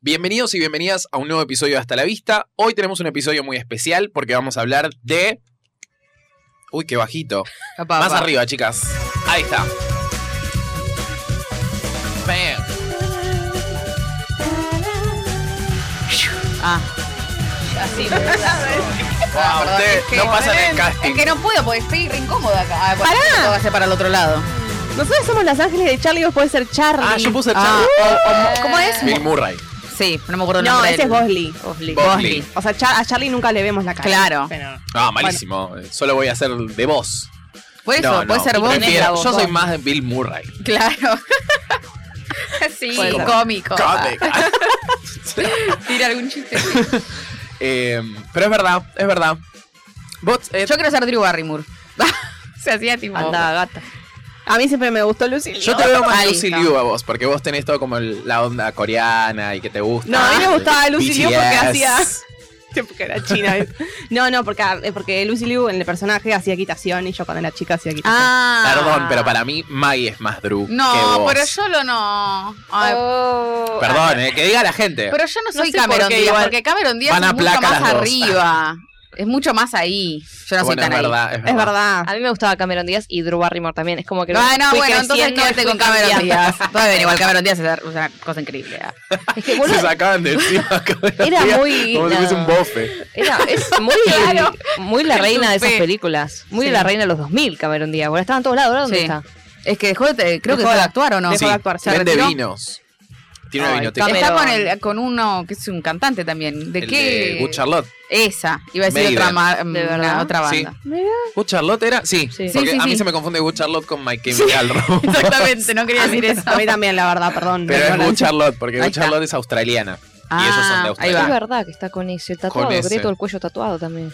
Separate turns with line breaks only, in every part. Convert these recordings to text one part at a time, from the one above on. Bienvenidos y bienvenidas a un nuevo episodio de Hasta la Vista. Hoy tenemos un episodio muy especial porque vamos a hablar de... Uy, qué bajito.
Capaz,
Más
capaz.
arriba, chicas. Ahí está. Bam.
Ah. Así.
Wow,
perdón,
ustedes
es que-
no pasan el casting.
Es que no puedo porque estoy re incómoda acá. Ah, bueno,
Pará.
tengo que hacer para el otro lado.
Nosotros somos Los Ángeles de Charlie, vos podés ser Charlie.
Ah, yo puse
Ah,
o- o- ¿cómo es?
Bill Murray.
Sí, no me acuerdo el
No,
nombre.
ese es
del-
Bosley.
Bosley.
Bosley. Bosley.
O sea, Char- a Charlie nunca le vemos la cara.
Claro.
Pero-
Ah, malísimo. Eh, Solo voy a hacer de voz.
Por eso,
No,
puede
no,
ser vos.
prefiero-
tenés la voz,
Yo soy
vos.
más de Bill Murray.
Claro. sí,
Puede ser.
cómico.
Cómic.
Tira algún chiste.
Eh, pero es verdad, es verdad. Vos, eh,
Yo quiero ser Drew Barrymore. Se hacía tipo.
Anda,
gata.
A mí siempre me gustó Lucille.
Yo te veo más
Ahí
Lucy
está.
Liu a vos, porque vos tenés todo como el- la onda coreana y que te gusta.
No, a mí me gustaba Lucy Liu porque
BTS.
hacía- Porque era china. ¿eh? no, no, porque, eh, porque Lucy Liu en el personaje hacía equitación y yo cuando era chica hacía equitación.
Ah.
Perdón, pero para mí Maggie es más Drew que
No,
vos.
pero yo lo no. Ay,
Ah,
Oh.
Perdón, eh, que diga la gente.
Pero yo no
No
soy
sé
Cameron
por qué
Díaz,
igual.
porque Cameron Díaz
Van a
es mucho
placa las
más
dos.
arriba. Es mucho más ahí. Yo no
bueno, es
soy tan ahí.
verdad, es
es
verdad.
verdad.
A mí me gustaba Cameron Díaz y Drew Barrymore también. Es como que.
Ah, no,
fui
Oh. bueno, entonces
creciendo y
quédate
fui
con Cameron
cambiando.
Díaz. Puede venir igual Cameron Díaz es una cosa increíble. ah.
Es que,
Se
boludo,
sacaban de encima. como
Era
decía,
muy-
Como si fuese un
no.
bofe.
era, es muy, muy la
El
reina de esas
tupé.
películas. Muy
Sí.
la reina de los 2000, Cameron Díaz. Bueno, estaba en todos lados. ¿Ahora dónde
Sí.
está?
Es que dejó de, creo que
Dejó
dejó de
de-
actuar o no.
sí,
Dejó de actuar, se
vende
retiró.
vinos. Tiene una
Ay,
vinoteca.
Cameron.
Está con, el, con uno que es un cantante también. ¿De
El
qué?
de Good Charlotte.
Esa. Iba a decir
Maiden.
otra, ma-
¿De
una-
verdad?
otra
Sí.
banda.
¿Good Charlotte era? Sí,
Sí.
porque
Sí, sí,
a mí
sí.
se me confunde Good Charlotte con My Chemical Romance.
Exactamente, no quería decir eso.
A mí también, la verdad, perdón.
Pero es
Perdón.
Good Charlotte, porque
Ahí
Good
está.
Charlotte es australiana. y ellos son de
Ah, ahí
Australia.
va.
Es verdad que está con ese tatuado.
Con
que
ese.
tiene todo el cuello tatuado también.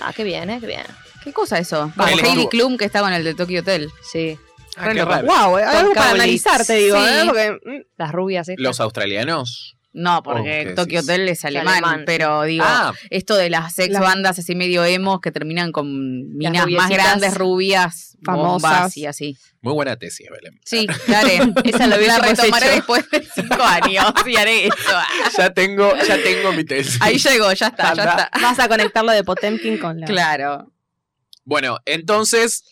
Ah, qué bien, ¿eh? Qué bien.
¿Qué cosa eso?
Con
Como
el
Heidi
estuvo.
Klum que está con el de Tokyo Hotel.
Sí.
Ah, qué
Re loco.
raro.
Wow, eh, algo
Con
para
Cowlitz.
analizar, te digo.
Sí.
¿eh? Porque, mm,
Las rubias. estas.
Los australianos.
No,
Oh,
porque
¿qué
Tokyo
decís?
Hotel es alemán,
alemán.
pero digo,
Ah.
esto de las ex
Las-
bandas así medio emos que terminan con
Las
minas más
rubiecitas.
grandes, rubias,
Famosas.
bombas y así.
Muy buena tesis, Belén.
Sí, dale. Esa
la hubiésemos
retomaré
hecho.
después de cinco años y haré eso.
Ya tengo, ya tengo mi tesis.
Ahí llegó, ya está, ya
Anda.
está.
vas a conectarlo de Potemkin con la.
Claro.
Bueno, entonces,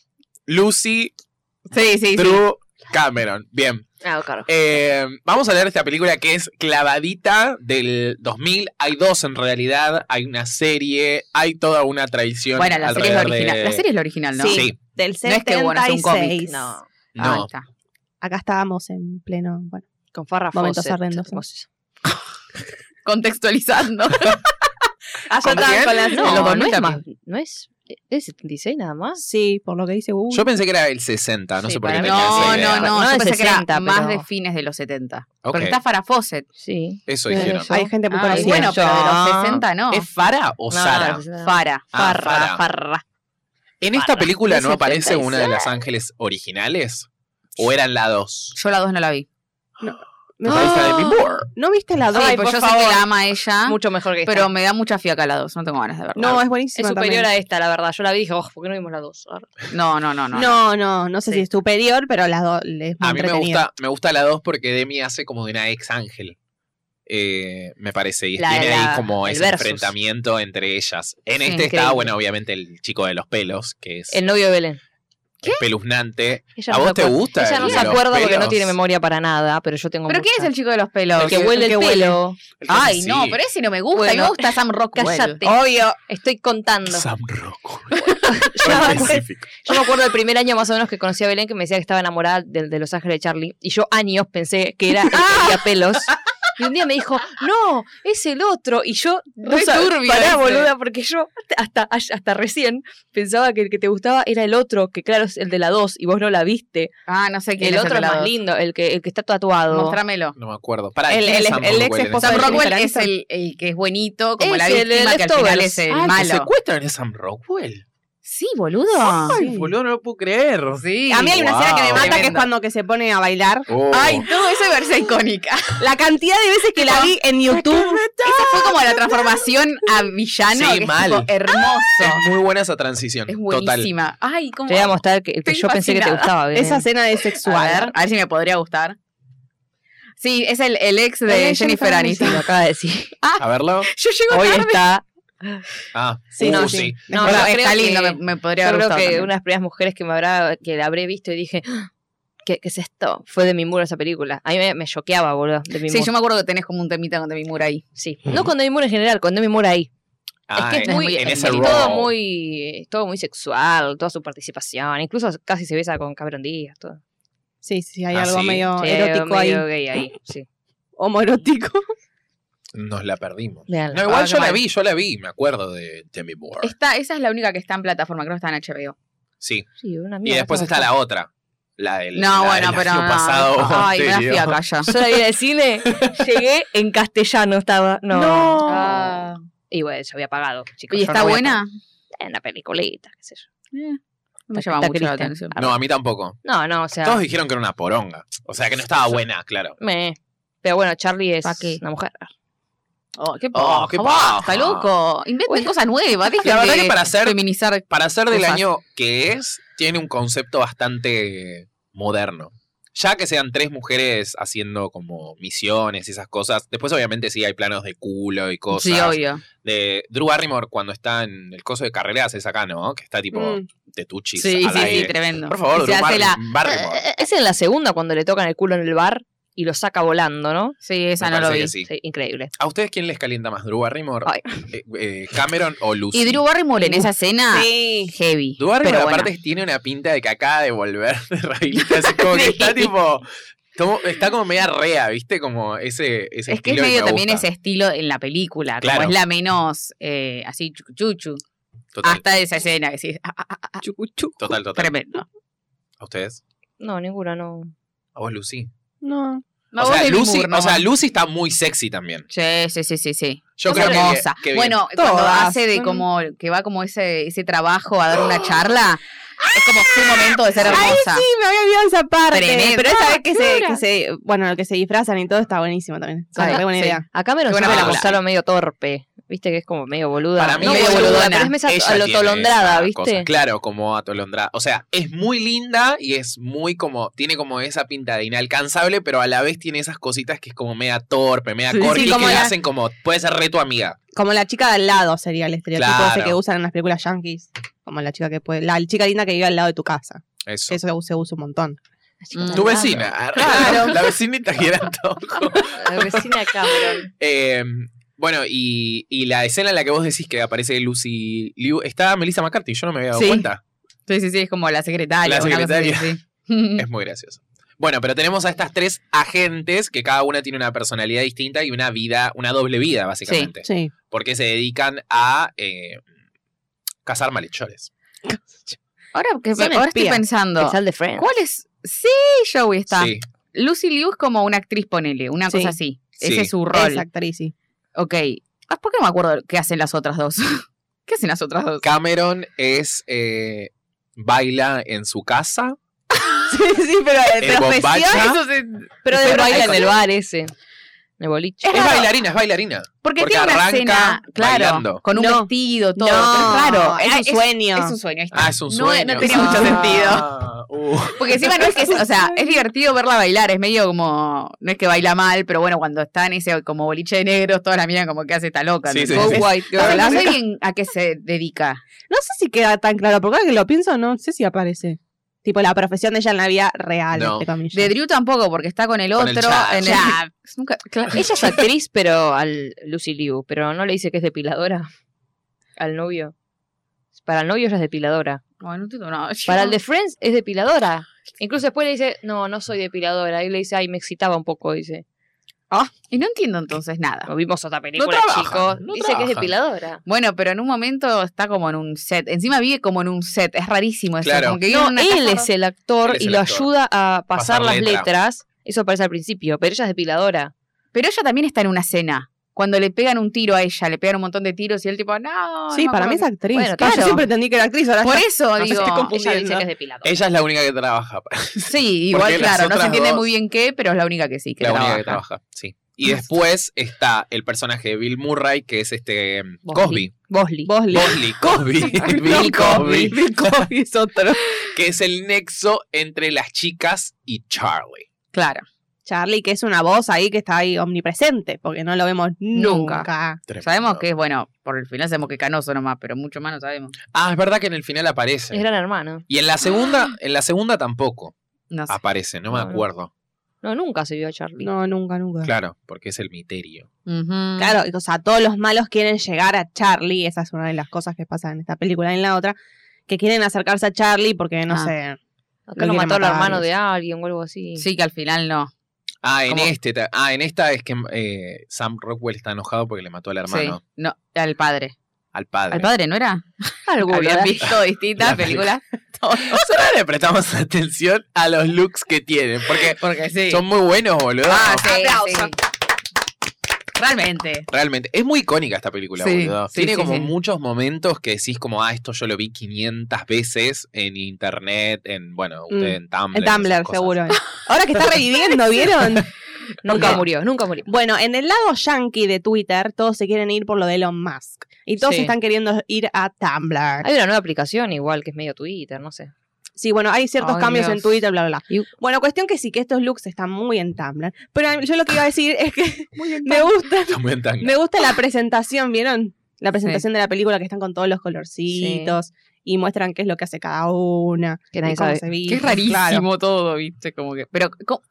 Lucy,
Sí, sí, sí.
Drew, Cameron. Bien.
Ah, claro.
Eh, vamos a hablar de esta película que es clavadita del 2000. Hay dos en realidad. Hay una serie. Hay toda una traición.
Bueno, la serie es la
alrededor
original.
de-
La serie es la original, ¿no?
Sí.
Del
No es que, bueno, es un cómic,
76.
No.
No.
Ahí está.
Acá estábamos en pleno. Bueno,
Con Farrah
Momentos
Fawcett.
horrendos.
Hermosos.
Contextualizando.
ah,
¿Con estaban quién? con las-
los
No, no
2000
es más.
también.
No es. ¿Es 76 nada más?
Sí, por lo que dice Google.
Yo pensé que era el 60. No
Sí,
sé por qué
para mí-
tenía
No,
esa
no,
idea.
no.
No
Yo
de
pensé que
60,
era más de
pero-
fines de los 70.
Ok.
Porque está Farah Fawcett.
Sí.
Eso
Eh,
Pero
dijeron.
yo-
Hay gente muy
Ah,
conocida.
y bueno, pero de
Yo-
los 60 no.
¿Es Farah o
No,
Sara?
no, no.
Farah.
Ah, Farah.
Farrah, Farrah.
¿En esta
Farrah.
película no
Es
aparece
76.
una de las ángeles originales? ¿O eran la dos?
Yo la dos no la vi.
Me
La
parece-
hija de Demi Moore.
¿No viste la
Sí,
2?
pues yo sé que la ama ella,
Mucho mejor que esta.
Ah. pero me da mucha fiaca la dos. No tengo ganas de verla.
No, es
Es
buenísima
superior
también.
a esta, la verdad. Yo la vi y dije, oh, ¿por qué no vimos la dos? Ahora.
No, no, no, no.
No, no, no sé
Sí.
si es superior, pero las dos es muy
A mí me
entretenida.
gusta, me gusta la 2 porque Demi hace como de una ex ángel. eh, me parece. Y
La-
tiene ahí
la-
como
el
ese
versus.
enfrentamiento entre ellas. En
Sí,
este estaba,
increíble.
bueno, obviamente el chico de los pelos, que es
El novio de Belén.
espeluznante.
Ella
¿A
no
vos
se
te
acuerda-
gusta
Ella
el
no se
de los
acuerda porque no
pelos?
tiene memoria para nada, pero yo tengo
¿Pero
mucha.
quién es el chico de los pelos?
El que huele el,
que huele.
pelo.
Ay,
Sí.
no, pero ese no me gusta. A mí me
Bueno.
gusta Sam Rockwell.
Cállate.
Obvio.
Estoy contando.
Sam Rockwell.
Yo-
Específico.
Yo me acuerdo del primer año más o menos que conocí a Belén que me decía que estaba enamorada de, de Los Ángeles de Charlie. Y yo años pensé que era el que olía pelos. Y un día me dijo, no, es el otro. Y yo,
Re
sab-
turbio
pará,
ese.
boluda, porque yo hasta, hasta, hasta recién pensaba que el que te gustaba era el otro, que claro, es el de la 2 y vos no la viste.
Ah, no sé
Que
quién
el
es
otro
de
es
la
más
dos.
lindo, el que, el que está tatuado.
Mostrámelo.
No me acuerdo. Pará,
El-
¿quién es
el-
Sam
el
Rockwell
ex
en
esposo
esa
Sam
de
película?
Rockwell es
Aniston.
el, el que es buenito, como
Es
la
el de
víctima que al final
Leftovers.
es el
Ah, el que
malo.
secuestran es Sam Rockwell.
Sí, boludo.
Ay, boludo, no lo puedo creer.
Sí.
A mí hay una escena que me
Wow.
mata que es
Tremendo.
cuando que se pone a bailar.
Oh.
Ay, no, esa versión icónica.
La cantidad de veces que la vi en YouTube.
Esa fue como la transformación a villano.
Sí,
que es
mal.
tipo hermoso.
Es muy buena esa transición.
Es
Total.
buenísima. Ay, cómo.
Te voy a mostrar que, el que
Estoy
yo pensé que te
fascinada.
gustaba. Belén.
Esa escena es
A ver,
sexual.
a ver si me podría gustar. Sí, es el, el ex de
El ex Jennifer
Jennifer
Sí,
Aniston.
lo acaba de decir.
A verlo.
Yo llego
Hoy
tarde.
está.
Ah,
Sí,
uh,
no,
sí.
sí.
No,
Bueno,
yo creo
está lindo,
que-
me, me podría
Yo
haber
creo que
gustado. también.
una de las primeras mujeres que me habrá, que la habré visto y dije, "Ah, ¿qué, qué es esto? Fue de mi muro esa película. A mí me me choqueaba, boludo, de mi
Sí, yo me acuerdo que tenés como un temita con Demi Moore ahí.
Sí. No con Demi Moore en general, con Demi Moore ahí.
Ah,
es que es
en,
muy,
en
es
ese rol.
todo muy, todo muy sexual, toda su participación, incluso casi se besa con Cameron Díaz, todo.
Sí, sí, hay
Ah,
algo
sí.
medio
Sí,
erótico
medio
ahí.
gay ahí, sí.
Homoerótico.
Nos la perdimos.
Veanla.
No, igual
Ah,
yo
qué
la
mal.
vi, yo la vi, me acuerdo de Demi Moore.
Esta, esa es la única que está en plataforma, creo que está en HBO.
Sí.
Sí, una
Y
mierda,
después
todo.
está la otra. La del,
No,
la
bueno,
del
pero
año
no.
pasado.
Ay, me da
anterior.
fiaca ya.
Yo la vi en el cine, llegué en castellano, estaba. No.
No.
Ah. Y bueno, yo había pagado, chicos.
¿Y
yo
está
no voy a
buena?
pagar. En la peliculita, qué sé yo.
Eh, no me
Está-
llama
está
mucho la
Kristen.
atención.
No, a mí tampoco.
No, no, o sea.
Todos dijeron que era una poronga. O sea, que no estaba buena, claro.
me- Pero bueno, Charlie es
¿Pa' qué?
una mujer.
Oh, qué
Oh, qué paja.
Está loco. Inventen
Bueno.
cosas nuevas. Dejen
La verdad
de
que para hacer-
feminizar.
Para ser del
Cosas.
año que es, tiene un concepto bastante moderno. Ya que sean tres mujeres haciendo como misiones y esas cosas. Después, obviamente, sí hay planos de culo y cosas.
Sí, obvio.
De Drew Barrymore cuando está en el coso de carreras es acá, ¿no? Que está tipo
Mm.
de tuchis
Sí,
al
sí, sí,
aire.
tremendo.
Por favor,
Y se
Drew
hace la.
Barry- Barrymore.
Eh, Es en la segunda cuando le tocan el culo en el bar y lo saca volando, ¿no?
Sí, esa
Me
no lo
parece
vi.
que sí.
increíble.
¿A ustedes quién les calienta más, Drew Barrymore,
Ay.
eh, eh, Cameron o Lucy?
Y Drew Barrymore en
Drew.
esa
ah.
escena,
Sí.
heavy.
Drew Barrymore,
Pero bueno.
aparte, tiene una pinta de que acaba de volver de revista. Así como que está tipo. como- está como media rea, ¿viste? Como ese, ese
Es que es
estilo
medio
me
también
gusta.
ese estilo en la película,
Claro.
como es la menos eh, así chuchu.
Total,
Hasta esa escena que sí, ah, ah, ah, ah,
total, total.
tremendo.
¿A ustedes?
No, ninguna, no.
¿A vos, Lucy?
No.
o,
No, vos
sea,
Demi
Lucy
Moore, no
o sea,
más.
Lucy está muy sexy también.
Sí, sí, sí, sí, sí.
Yo
Es
creo que-
hermosa.
que bien. Mm.
bueno, cuando
Todas.
hace de como que va como ese ese trabajo a dar una charla, es como su momento de ser hermosa.
Sí, me había olvidado esa parte.
Tremendo. Ah,
Pero esa vez que se,
Claro.
que se. Bueno, lo que se disfrazan y todo está buenísimo también. Es una
Ay,
re buena
sí.
idea.
A Cameron
Qué buena
siempre la
película.
mostraron medio torpe. Viste que es como medio boluda.
Para mí
no
medio boludona.
pero es medio
Ella
a lo
tiene
atolondrada,
esa
¿viste?
cosa, Claro, como atolondrada. O sea, es muy linda y es muy como. Tiene como esa pinta de inalcanzable, pero a la vez tiene esas cositas que es como media torpe, media
Sí, sí,
corky, que
como
la
la-
hacen como. Puede ser re tu amiga.
Como la chica de al lado sería el estereotipo
Claro.
ese que usan en las películas yankees. Como la chica que puede. La chica linda que vive al lado de tu casa.
Eso.
Eso se usa un montón.
La chica
Mm.
tan
Tu
rara.
vecina.
Claro.
La vecinita que era antojo.
La vecina Cameron.
Eh, bueno, y, y la escena en la que vos decís que aparece Lucy Liu está Melissa McCarthy, yo no me había dado
Sí.
cuenta.
Sí, sí, sí, es como la secretaria.
La
una cosa así, sí.
Es muy gracioso. Bueno, pero tenemos a estas tres agentes que cada una tiene una personalidad distinta y una vida, una doble vida, básicamente.
Sí.
Porque se dedican a eh, cazar malhechores.
Ahora, que,
Son
ahora estoy
espías.
pensando,
Que sal de Friends.
¿cuál es? Sí, Joey está.
Sí.
Lucy Liu es como una actriz, ponele, una
Sí.
cosa así.
Sí.
Ese es su rol.
Esa actriz, sí.
Ok. Ah, ¿Por qué no me acuerdo qué hacen las otras dos? ¿Qué hacen las otras dos?
Cameron es eh, baila en su casa.
Sí, sí, pero
¿El
de
bombacha?
profesión.
Eso sí.
Pero
Pero
de baila
hay
en el bar ese. En el boliche.
Es bailarina, es bailarina.
Porque,
Porque
tiene una
arranca
escena, claro,
bailando.
con un
No.
vestido, todo.
No,
es raro.
es
Ah,
un sueño.
Es un sueño. ahí está.
Ah, es un
No,
sueño.
No, tenía mucho sentido.
Ah, uh.
Porque encima no es que, es- o sea, es divertido verla bailar, es medio como, no es que baila mal, pero bueno, cuando está en ese como boliche de negros, todas las miran como que hace esta loca.
Sí,
¿no?
sí,
Go
sí.
white girl. No sé bien a qué se dedica.
No sé si queda tan claro, porque ahora que lo pienso, no sé si aparece. Tipo, la profesión de ella en la vida real,
No.
entre comillas.
De Drew tampoco, porque está con el
Con
otro.
el Chad.
en el-
Chad.
Nunca- claro,
Ella es actriz, pero al Lucy Liu, pero no le dice que es depiladora. Al novio. Para el novio ella es depiladora.
no, no entiendo nada.
Para el de Friends es depiladora. Incluso después le dice, no, no soy depiladora. Y le dice, ay, me excitaba un poco, dice.
Y no entiendo entonces nada.
No vimos otra película,
trabajan,
chicos.
no
dice que
trabajan.
es depiladora.
Bueno, pero en un momento está como en un set. Encima vive como en un set. Es rarísimo eso.
Claro.
Como que vive
No,
en una
él
casa-
es el actor
Él es
y
el
lo
actor.
ayuda a pasar,
Pasar
las
letra.
letras. Eso aparece al principio, pero ella es depiladora.
Pero ella también está en una cena. Cuando le pegan un tiro a ella, le pegan un montón de tiros y él tipo, no.
sí,
no me
para mí es
acuerdo
actriz. Claro,
Bueno, claro.
Yo siempre entendí que era actriz, ahora
qué". Por
ya-
eso
no sé,
digo.
estoy
Ella dice
Entiendo.
que es depiladora.
Ella es la única que trabaja.
Sí, igual,
Porque las
claro. No
otras
se entiende
dos-
muy bien qué, pero es la única que sí. Que
la
trabaja.
única que trabaja, sí. Y después está el personaje de Bill Murray, que es este mm,
Bosby.
Cosby.
Bosley.
Bosley.
Bosley, Cosby. Bill
Cosby.
Cosby.
Bill Cosby es otro.
Que es el nexo entre las chicas y Charlie.
Claro.
Charlie, que es una voz ahí que está ahí omnipresente, porque no lo vemos
Nunca.
nunca.
Tremendo.
Sabemos que es, bueno, por el final sabemos que canoso nomás, pero mucho más no sabemos.
Ah, es verdad que en el final
Es
aparece.
gran hermano.
Y en la
Ah.
segunda, en la segunda tampoco
No sé.
aparece, no me
No, no.
acuerdo.
No, nunca se vio a Charlie.
No, nunca, nunca.
Claro, porque es el misterio.
Ujú.
Claro, o sea, todos los malos quieren llegar a Charlie, esa es una de las cosas que pasa en esta película y en la otra, que quieren acercarse a Charlie porque no
Ah.
sé.
Acá
Lo
lo
quiere
mató al
matar,
hermano
no
de
sé.
alguien o algo así.
Sí, que al final no.
Ah, en
¿Cómo?
este. ta- Ah, en esta es que eh, Sam Rockwell está enojado porque le mató al hermano,
Sí. No, al padre.
al padre.
¿Al padre no era?
Algo,
Habían
¿verdad?
visto distintas
La
películas.
Nosotros le prestamos atención a los looks que tienen, porque
Porque sí.
son muy buenos, boludo.
Ah, sí,
Aplauso.
sí. Realmente.
Realmente, es muy icónica esta película,
Sí,
boludo.
sí,
Tiene
sí,
como
sí.
muchos momentos que decís como, ah, esto yo lo vi 500 veces en internet, en, bueno,
Mm,
usted en Tumblr.
El
esas
Tumblr,
cosas.
seguro. Ahora que está reviviendo, ¿vieron?
Nunca
Porque-
murió, nunca murió.
Bueno, en el lado yankee de Twitter, todos se quieren ir por lo de Elon Musk. Y todos
Sí.
están queriendo ir a Tumblr.
Hay una nueva aplicación igual que es medio Twitter, no sé.
Sí, bueno, hay ciertos
Ay,
cambios en
Dios.
Twitter, bla, bla, bla.
Y-
Bueno, cuestión que sí, que estos looks están muy en Tumblr. Pero a mí- yo lo que iba a decir es que me gusta,
Está muy en tanga.
me gusta la presentación, ¿vieron? La presentación de la película que están con todos los colorcitos y muestran qué es lo que hace cada una.
Que
y
nadie
cómo
sabe.
se
Que
visten,
es rarísimo
claro.
todo, ¿viste? Como que. Pero co-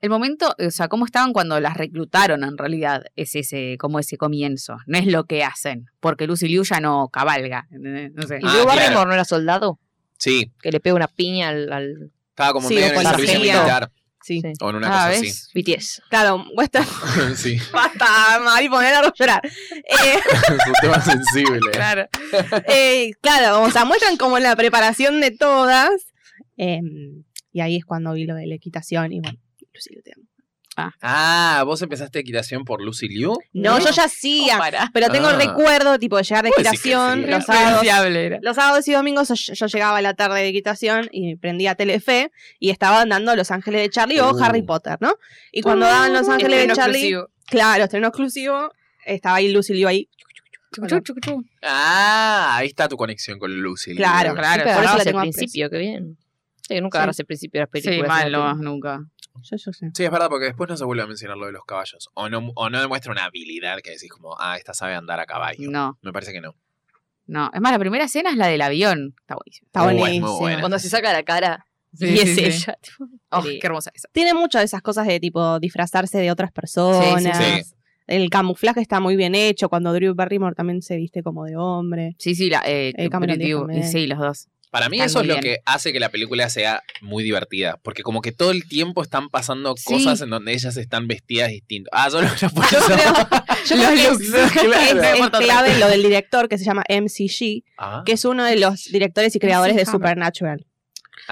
el momento, o sea, cómo estaban cuando las reclutaron en realidad, es ese, como ese comienzo. No es lo que hacen. Porque Lucy Liu ya no cabalga. ¿entendés? No sé.
Y
Ah,
Drew Barrymore
claro.
no era soldado,
Sí,
que le pega una piña al, al
estaba como
Sí,
medio
o
en el servicio
consejero.
militar
Sí.
sí.
o en una
Ah,
cosa Eh,
¿ves?
BTS.
Claro, Western.
así. sí,
Basta, Mari, poner a llorar. Eh,
es un tema sensible.
Claro.
Eh, claro, o sea, muestran como la preparación de todas. Em, y ahí es cuando vi lo de la equitación. Y bueno, Lucy, lo te amo.
Ah, vos empezaste equitación por Lucy Liu.
No.
No, yo ya hacía,
Para.
pero tengo
Ah.
recuerdo tipo de llegar de
Puedes decir que
equitación
sí.
los sábados.
era.
Los sábados y domingos yo, yo llegaba a la tarde de equitación y prendía Telefe y estaban dando Los Ángeles de Charlie o
Uh.
Harry Potter, ¿no? Y cuando daban Los Ángeles de
Oh, Estreno
Charlie,
exclusivo.
claro, estreno exclusivo, estaba ahí Lucy Liu ahí.
Chucu, chucu, chucu, chucu.
Ah, ahí está tu conexión con Lucy Liu.
Claro,
Claro,
Siempre
por eso
agarrabas
le
el
tengo aprecio.
principio, qué bien. Sí, nunca
Sí.
agarras el principio de las películas.
Sí,
en
mal,
la
no
tele.
más nunca.
Yo, yo sé.
Sí, es verdad, porque después no se vuelve a mencionar lo de los caballos. O no, o no demuestra una habilidad que decís como, ah, esta sabe andar a caballo.
No,
Me parece que no.
no. Es más, la primera escena es la del avión. Está buenísimo.
Está
Oh, Muy
buenísimo.
buena.
Cuando se saca la cara
Sí,
y es
sí, sí.
ella. tipo,
Oh,
Sí.
qué hermosa esa.
Tiene muchas de esas cosas de tipo disfrazarse de otras personas.
Sí.
El camuflaje está muy bien hecho. Cuando Drew Barrymore también se viste como de hombre.
Sí, sí, la, eh,
Eh, Cameron
Pretty
Diaz
Woman.
también.
sí, los dos.
Para mí
Están
eso es
muy
lo
bien.
que hace que la película sea muy divertida, porque como que todo el tiempo están pasando
Sí.
cosas en donde ellas están vestidas distinto. Ah, solo yo por eso.
Yo
Los
creo que
looks,
es,
claro.
es- es clave lo del director que se llama MCG,
Ah,
que es uno de los directores y creadores de
Hammer.
Supernatural.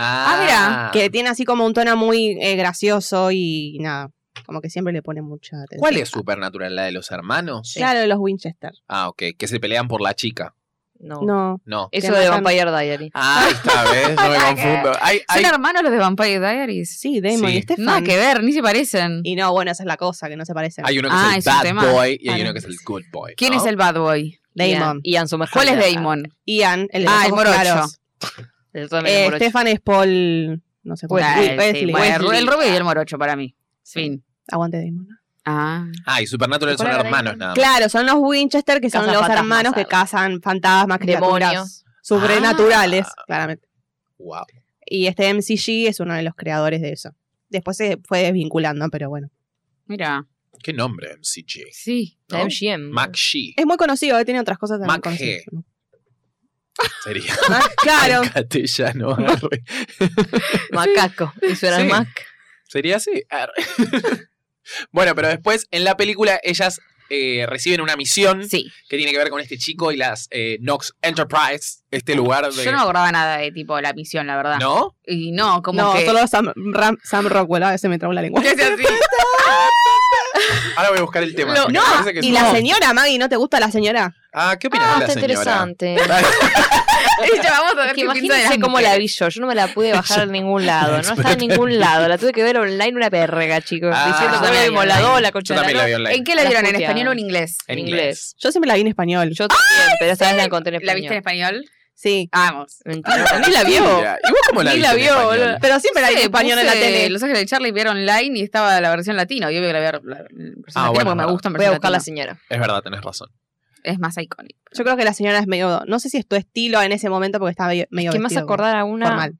Ah,
Que tiene así como un tono muy eh, gracioso y nada. Como que siempre le pone mucha atención.
¿Cuál es Supernatural? ¿La de los hermanos?
Claro, los Winchester.
Ah, ok. Que se pelean por la chica.
No.
No.
No.
Eso
Que
de
matan-
Vampire Diary.
Ah, esta vez no me confundo. Hay, hay-
¿Son hermanos los de Vampire Diaries?
Sí, Damon
Sí.
y Stefan.
Nada que ver, ni se parecen.
Y no, bueno, esa es la cosa, que no se parecen.
hay uno que
Ah,
es
es
el
un
bad
tema.
boy y hay
Ah,
uno
no.
que es el good boy.
¿Quién es
¿no?
el bad boy?
Damon.
Ian, Ian Somerhalder.
¿Cuál es Damon?
Ian, el de
Ah,
los
el
ojos
morocho.
claros.
El otro también
Eh,
es morocho.
Stefan es Paul. No sé cuál.
Wesley,
Ah,
Uy,
el- sí,
Pues, Wesley.
bueno, el,
Wesley.
el rubio y el morocho para mí. Fin.
Aguante Damon.
Ah.
Ah, y Supernatural son
¿Cuál era
hermanos
el-
nada más.
Claro, son los Winchester que son
Cazan
los
fantasmas,
hermanos que
algo.
cazan fantasmas, criaturas
Demonios.
sobrenaturales,
Ah.
claramente.
Wow.
Y este MCG es uno de los creadores de eso. Después se fue desvinculando, pero bueno.
Mira,
Qué nombre, MCG.
sí.
La
¿no?
Mm.
MGM.
Mac G
Es muy conocido, eh, tiene otras cosas también.
Mac
conocidas.
sería.
Mac- Ah, claro.
En castellano. arre.
Macaco. Y suena
Sí.
Mac.
Sería así. Arre. bueno, pero después en la película ellas eh, reciben una misión
Sí.
que tiene que ver con este chico y las eh, Nox Enterprise, este lugar de...
Yo no me acordaba nada de tipo la misión, la verdad.
¿No?
Y no, como
No,
que.
solo Sam, Ram- Sam Rockwell, a veces me trabo la lengua.
Es así.
Ahora voy a buscar el tema.
Lo-
porque
No,
me parece que
y
es-
la señora, Maggie, ¿no te gusta la señora?
Ah, ¿qué opinas
Ah,
de la
está
señora?
interesante.
Y ya vamos a
Es
ver qué piensa de
que
las
imagínense cómo la
mujeres.
vi yo. Yo no me la pude bajar en ningún lado. No está en
Explota.
ningún lado. La tuve que ver online una perga, chicos.
Ah.
Diciendo
Yo
que
también
me
la vi
demolador,
online.
la concha.
Yo también la vi
lora.
online.
¿En qué la
Las
vieron? ¿En
puteadas.
español o en inglés?
En
En
inglés.
inglés.
Yo siempre la vi en español.
Yo también, pero esta vez la encontré en
¿La viste en
español.
español?
Sí.
Vamos.
Mentira.
Ni la vio.
Mira, ¿Y vos cómo la
Ni
viste
la
en
vio,
español?
boludo.
Pero siempre la hay
Sí,
en español en la
puse
tele.
Los Ángeles de Charlie vi online y estaba la versión latina. Yo voy a grabar la, la versión
Ah,
latina
bueno,
porque me
bueno.
gusta en
Voy a
versión
buscar la
latina.
señora.
Es verdad, tenés razón.
Es más icónico.
Yo creo que la señora es medio. No sé si es tu estilo en ese momento porque estaba medio. medio
¿Qué más
vestido como
acordar a una?
Formal.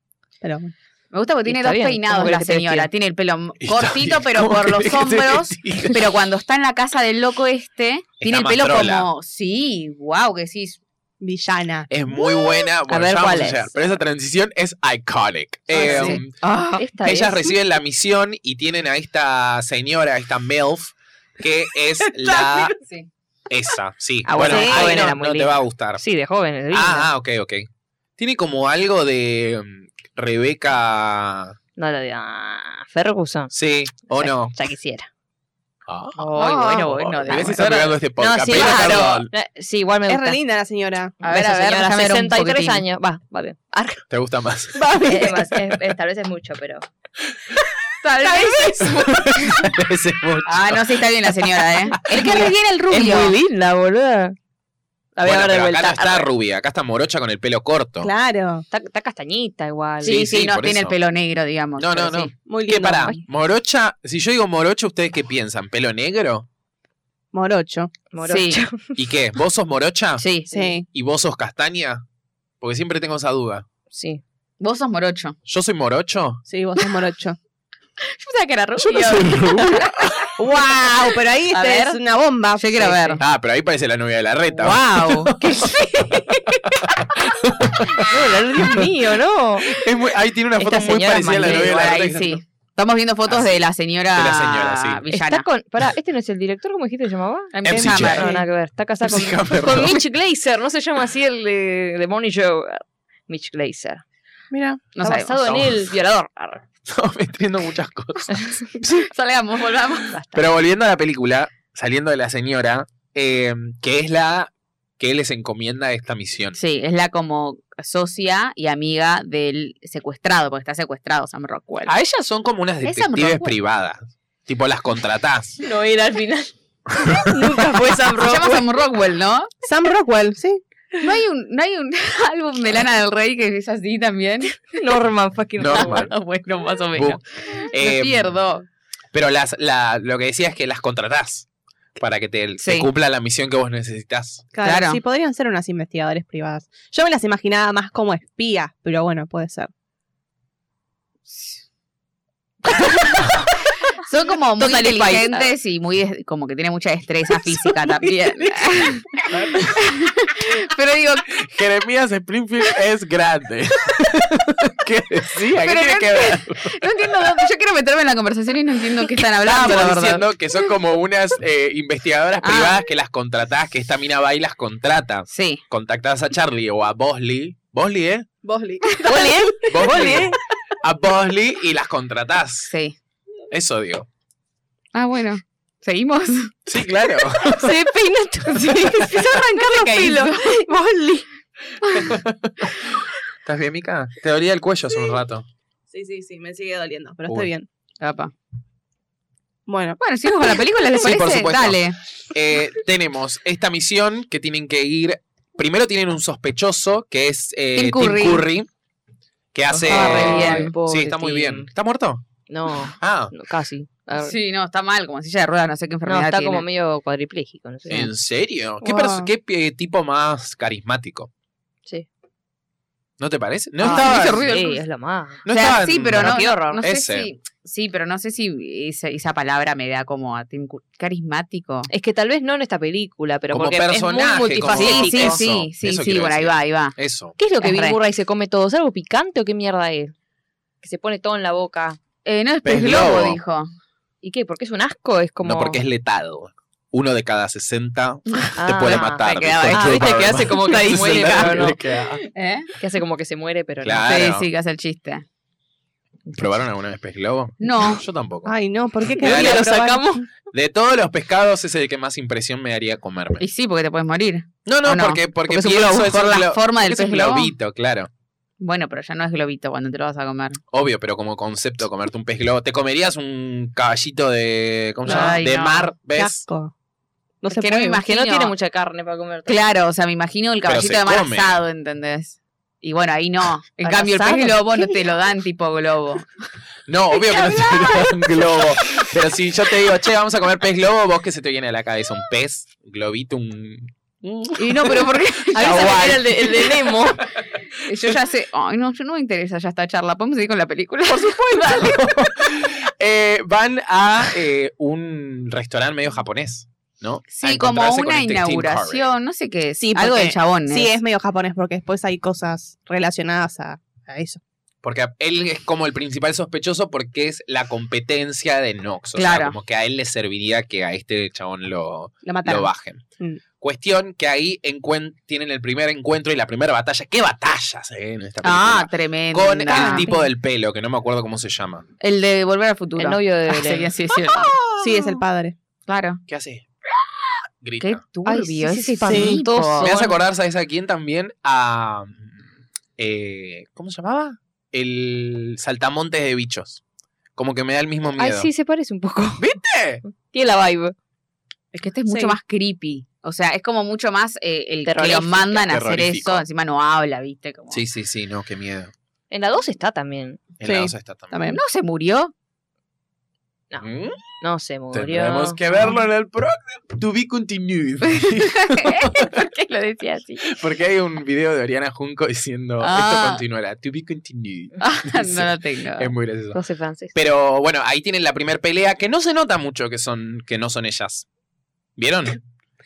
Pero bueno.
Me gusta porque
Y
tiene
está
dos
bien, ¿cómo
peinados
querés
la
que te
señora.
vestida?
Tiene el pelo
Y
cortito,
también,
pero
¿cómo
por
querés
los
que te
hombros.
diga?
Pero cuando está en la casa del loco este, tiene el
más
pelo
trola.
como. Sí, wow, que sí.
Villana.
Es muy buena. Bueno, ya
ver,
vamos
¿cuál
a llegar.
es? Ah,
Pero esa transición es iconic. Eh,
sí.
Esta
Ellas
es-
reciben la misión y tienen a esta señora, a esta MILF, que es la...
Sí.
Esa, sí.
Ah,
bueno,
bueno,
ahí
joven
no-
era
no,
muy
te
linda.
va a gustar.
Sí, de jóvenes. de linda.
Ah, ah, ok, ok. Tiene como algo de mm, Rebeca...
No, la de ah, Ferguson.
Sí, o
Ya-
no.
Ya quisiera.
Ah.
Ay, bueno, bueno.
A
de-
veces está pegando este podcast.
No, sí,
pido
claro.
perdón.
Eh, Sí, igual me
Es
gusta.
re linda la señora.
A ver,
Beso,
a ver,
señora,
déjame ver un
63
poquitín.
años. Va, va bien. Arre,
¿Te gusta más?
es más, es- es- tal vez es mucho, pero.
Tal vez.
Ese mucho.
Ah, no, sí, está bien la señora, ¿eh? El que reviene el rubio.
Es muy linda, boluda. La voy
Bueno,
a ver
pero
de
acá
vuelta.
no está
Arre.
rubia, acá está morocha con el pelo corto.
Claro.
Está, está castañita igual.
Sí, sí,
sí,
no
por
tiene
eso.
el pelo negro, digamos.
No, no,
pero
no.
sí.
Muy
¿Qué
linda.
pará? Morocha, si yo digo morocha, ¿ustedes qué piensan? ¿Pelo negro?
Morocho.
Morocho.
Sí.
¿Y qué? ¿Vos sos morocha?
Sí.
Sí.
¿Y vos sos castaña? Porque siempre tengo esa duda.
Sí.
Vos sos morocho.
¿Yo soy morocho?
Sí, vos sos morocho.
Yo pensaba que era rubio.
rubia.
¡Wow! Pero ahí
A
este
ver.
es una bomba.
Yo quiero
Sí,
ver.
Ah, pero ahí parece la novia de la reta.
¡Wow!
No, Dios mío, no.
Es muy- ahí tiene una
Esta
foto muy
señora
parecida a la
es más
novia de
linda,
la
ahí
reta.
sí. Estamos viendo fotos
Ah, sí.
de la señora,
De la señora, sí.
villana.
Está con. Pará, ¿este no es el director? ¿Cómo dijiste que se llamaba?
MC
Hammer.
Hammer.
No, nada que ver. Está casada con,
Sí, Hammer,
con
no.
Mitch Glazer. No se llama así el de, de Morning Show. Mitch Glazer.
Mira.
No
está
sabemos.
basado en
Estamos-
el violador. Arre.
Estamos metiendo muchas cosas.
Salgamos, volvamos.
Basta.
Pero volviendo a la película, saliendo de la señora, eh, que es la que les encomienda esta misión.
Sí, es la como socia y amiga del secuestrado, porque está secuestrado Sam Rockwell.
A ellas son como unas
Esa
detectives
Rockwell.
privadas. Tipo, las contratás.
No era al final. Nunca fue Sam
Se llama
Rockwell.
Sam Rockwell, ¿no?
Sam Rockwell, sí.
¿No hay un, no hay un álbum de Lana del Rey que es así también?
Norman fucking
Norman.
Ah, bueno, más o
Bu-
menos.
Eh,
Me pierdo.
Pero las, la- lo que decía es que las contratás para que te, te
Sí.
cumpla la misión que vos necesitas.
Claro.
Claro.
Sí, podrían ser unas investigadoras privadas. Yo me las imaginaba más como espías, pero bueno, puede ser.
Son como muy
Total Spies.
inteligentes y muy des- como que tiene mucha destreza física también. Pero digo,
Jeremías Springfield es grande. ¿Qué decía? ¿Qué
Pero
tiene
no-
que ver?
no entiendo, dónde- yo quiero meterme en la conversación y no entiendo qué están hablando, la
Estamos
verdad.
diciendo que son como unas eh, investigadoras
Ah.
privadas que las contratás, que esta mina va y las contrata.
Sí.
Contactás a Charlie o a Bosley. ¿Bosley, eh?
Bosley.
Bosley. a Bosley y las contratás.
¿eh? Sí.
Eso digo.
Ah, bueno. ¿Seguimos?
Sí, claro.
Se peina todo. empezó a arrancar los
caído.
pelos. Molly.
¿Estás bien, Mica? Te dolía el cuello hace un rato.
Sí, sí, sí, me sigue doliendo, pero
Uy.
estoy bien.
Apa.
Bueno,
Bueno, sigamos con la película, ¿les
Sí, por
parece?
supuesto.
Dale.
Eh, tenemos esta misión que tienen que ir. Primero tienen un sospechoso que es eh, Tim,
Tim Curry.
Curry. que hace.
Estaba
re bien,
sí,
pobre
está muy
Tim.
bien. ¿Está muerto?
No,
Ah,
no, casi. A ver.
Sí, no, está mal, como silla de ruedas, no sé qué
No,
enfermedad
está
tiene.
como medio cuadripléjico, no sé.
¿en serio? ¿Qué,
Wow.
perso- qué pi- tipo más carismático?
Sí.
¿No te parece? No
Ah,
estaba.
hizo ruido el
Sí,
cruce.
es lo más.
no
O sea,
estaba en-
sí, pero no,
Rocky
no,
Horror.
no sé
Ese.
si... Sí, pero no sé si esa, esa palabra me da como a Tim Cur- carismático.
Es que tal vez no en esta película, pero
Como
porque
personaje,
es
como-
muy multifacético.
Sí, sí,
Eso,
sí, sí,
eso
sí,
quiero
bueno, ahí
decir.
va, ahí va.
Eso.
¿Qué es lo que
Es
Bill
re.
Murray se come todo? ¿Es algo picante o qué mierda es? Que se pone todo en la boca.
Eh, no, es
Pez
pez globo,
globo.
dijo.
¿Y qué? ¿Porque es un asco? Es como...
No, porque es letal. Uno de cada 60 te
Ah,
puede matar.
me quedaba-
¿viste?
Ah, viste que hace como que se muere, pero no.
¿Eh?
Que hace como que se muere, pero
Claro.
Sí, sí, que hace el chiste.
¿Probaron alguna vez pez globo?
No.
Yo tampoco.
ay no, ¿por qué
no.
Dale,
quería
lo
probar?
sacamos.
De todos los pescados es el que más impresión me haría comerme.
Y sí, porque te puedes morir.
No, no,
¿O no?
porque, porque,
Porque es un
pienso
globo,
es
por
un
la
glo-
forma del
es un
pez globo.
globito, claro.
Bueno, pero ya no es globito cuando te lo vas a comer.
Obvio, pero como concepto, comerte un pez globo. Te comerías un caballito de. ¿Cómo se llama?
Ay,
de
no.
mar,
Qué
¿ves?
asco. No
Es
se
que no
puede.
me
Que
imagino.
no tiene mucha carne para comer.
Claro, o sea, me imagino el
Pero
caballito
se
de mar
come.
asado, ¿entendés? Y bueno, ahí no. En
¿Abrazado?
cambio, el pez globo no
¿Qué
te lo dan tipo globo.
No, obvio que no te un globo. Pero si yo te digo, che, vamos a comer pez globo, vos que se te viene a la cabeza un pez, globito, un.
Y no, pero porque
A mí se me
Kawaii.
viene el de, el de Nemo.
yo ya sé. Ay, no, yo no me interesa ya esta charla. ¿Podemos seguir con la película? Por supuesto.
Eh, van a eh, un restaurante medio japonés, ¿no? A
Sí, como
encontrarse con
una
este Tim Curry.
inauguración, no sé qué.
Sí,
Sí, algo
porque-
del chabón. ¿eh?
Sí, es medio japonés porque después hay cosas relacionadas a, a eso.
Porque a- él es como el principal sospechoso porque es la competencia de Nox. O sea,
Claro.
como que a él le serviría que a este chabón lo,
Lo
lo
mataron.
bajen.
Mm.
Cuestión que ahí encuen- tienen el primer encuentro y la primera batalla. ¿Qué batallas eh, en esta
Ah,
película?
tremendo.
Con el
tremenda.
tipo del pelo, que no me acuerdo cómo se llama.
El de Volver al Futuro.
El novio de
Ah,
Belén.
sí, sí, sí.
Sí, es el padre.
Claro.
¿Qué hace? Grita.
Qué
Ay,
turbio.
sí, sí,
es
sí, espantoso.
Me
Son-
hace acordar, ¿sabes a quién también? A. mm, eh, ¿Cómo se llamaba? El saltamontes de bichos. Como que me da el mismo miedo.
Ay, sí, se parece un poco.
¿Viste?
Tiene la vibe.
Es que este es mucho
Sí.
más creepy. O sea, es como mucho más eh, el que los
Terrorífico.
mandan a hacer
Terrorífico.
eso. Encima no habla, ¿viste? Como...
Sí, sí, sí, no, qué miedo.
En la 2 está también.
En
Sí,
la osa está también.
También.
¿No se murió?
¿Mm?
No se murió.
Tendremos que verlo en el próximo. To be continued.
¿Por qué lo decía así?
Porque hay un video de Oriana Junco diciendo
Ah.
esto continuará, to be continued.
Ah,
no lo tengo.
Es muy gracioso.
No sé francés.
Pero bueno, ahí tienen la primera pelea que no se nota mucho que son que no son ellas. ¿Vieron?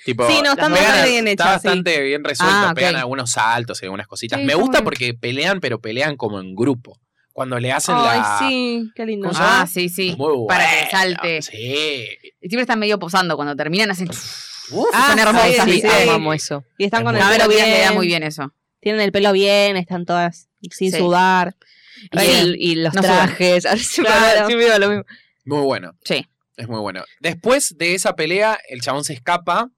Tipo,
Sí, no, están
pegan-
bastante bien
está
hechas. sí.
bastante bien resuelto.
Ah, ok.
Pegan algunos saltos y algunas cositas.
Sí,
Me
está
gusta
muy
porque pelean, pero pelean como en grupo. Cuando le hacen la.
Ay, sí, qué lindo.
¿Cómo se llama?
Ah, sí, sí.
Muy
Para que
bueno.
salte.
Sí.
Y Siempre están medio posando cuando terminan, hacen.
Uf.
Ah,
son hermosas.
sí,
Sí,
sí,
¿viste?
sí.
amo eso.
Y están
Es
con el
muy
A ver,
pelo
a
bien,
Vieras le da muy bien eso.
Tienen el pelo bien, están todas sin
Sí.
sudar.
Y,
Re
el- y los
No sé.
trajes. Ahora sí me
Claro.
acuerdo, sí me dio lo mismo.
Muy bueno.
Sí.
Es muy bueno. Después de esa pelea, el chabón se escapa.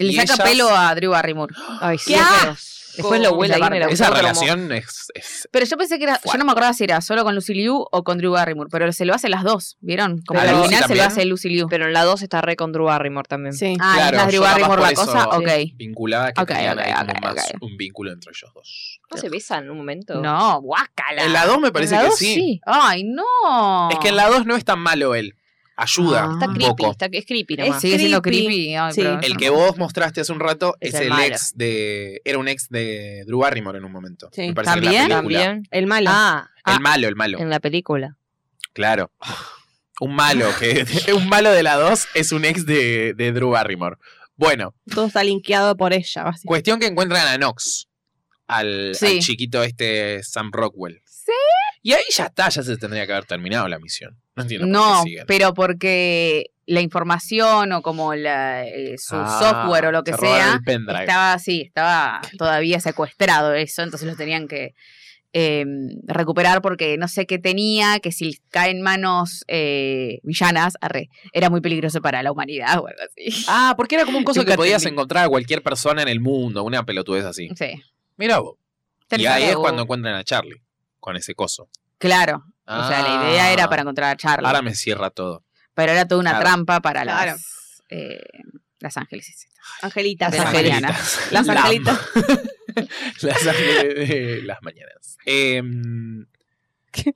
Le
Y
saca
ellas-
pelo a Drew Barrymore.
Ay, sí.
¡Qué
bueno. Después lo huele
Esa
ahí en el
parte.
Esa
autódromo.
relación es- es,
Pero yo pensé que era. Yo
Fuerte.
no me acordaba si era solo con Lucy Liu o con Drew Barrymore. Pero se lo hace las dos, ¿vieron? Como
¿A
que al
Lucy
final se lo
también?
hace Lucy Liu.
Pero en la 2 está re con Drew Barrymore también.
Sí.
Ah,
Claro,
¿es Drew
yo capaz
Barrymore
por
la cosa?
eso-
Ok.
vinculada que
Ok,
tenían
ok,
ahí como
ok,
más
ok.
un vínculo entre ellos dos.
¿No se besan en un momento?
No, guácala.
En la 2 me parece
En la
que
dos,
sí.
Ay, no.
Es que en la 2 no es tan malo él. Ayuda
Ah.
Está
un
creepy,
poco.
está, es creepy
Eh,
nomás.
sigue siendo
creepy.
creepy. ay,
Sí.
pero
El
yo
que
no-
vos mostraste hace un rato
Es
es,
el
el,
malo.
ex de... Era un ex de Drew Barrymore en un momento.
Sí.
Me parece que en la
¿También?
película.
También.
El malo.
Ah, ah,
El malo, el malo.
en la película.
Claro. Un malo. que Un malo de la 2 es un ex de, de Drew Barrymore. Bueno,
Todo está linkeado por ella, básicamente.
cuestión que encuentran a Nox. Al, al
Sí.
chiquito este Sam Rockwell.
Sí.
Y ahí ya está, ya se tendría que haber terminado la misión. No entiendo por
No,
qué siguen.
pero porque la información o como la, eh, su
Ah,
software o lo que
se robaron
sea
el pendrive.
estaba sí, estaba todavía secuestrado eso, entonces lo tenían que eh, recuperar porque no sé qué tenía, que si cae en manos eh, villanas, arre, era muy peligroso para la humanidad o algo así.
Ah, porque era como un coso
Nunca
que podías
entendí.
encontrar a cualquier persona en el mundo, una pelotudez así.
Sí.
Mira vos. Y ahí es
Tercero,
cuando encuentran a Charlie con ese coso.
Claro, o sea, la idea era
Ah,
para encontrar a Charlie,
Ahora me cierra todo.
pero era toda una
Claro.
trampa para
Claro.
las, eh, las ángeles.
Angelitas.
Las
Las
angelitas.
angelitas.
Angelitas. Las
Lam.
angelitas.
Las ángeles de las mañanas. Em,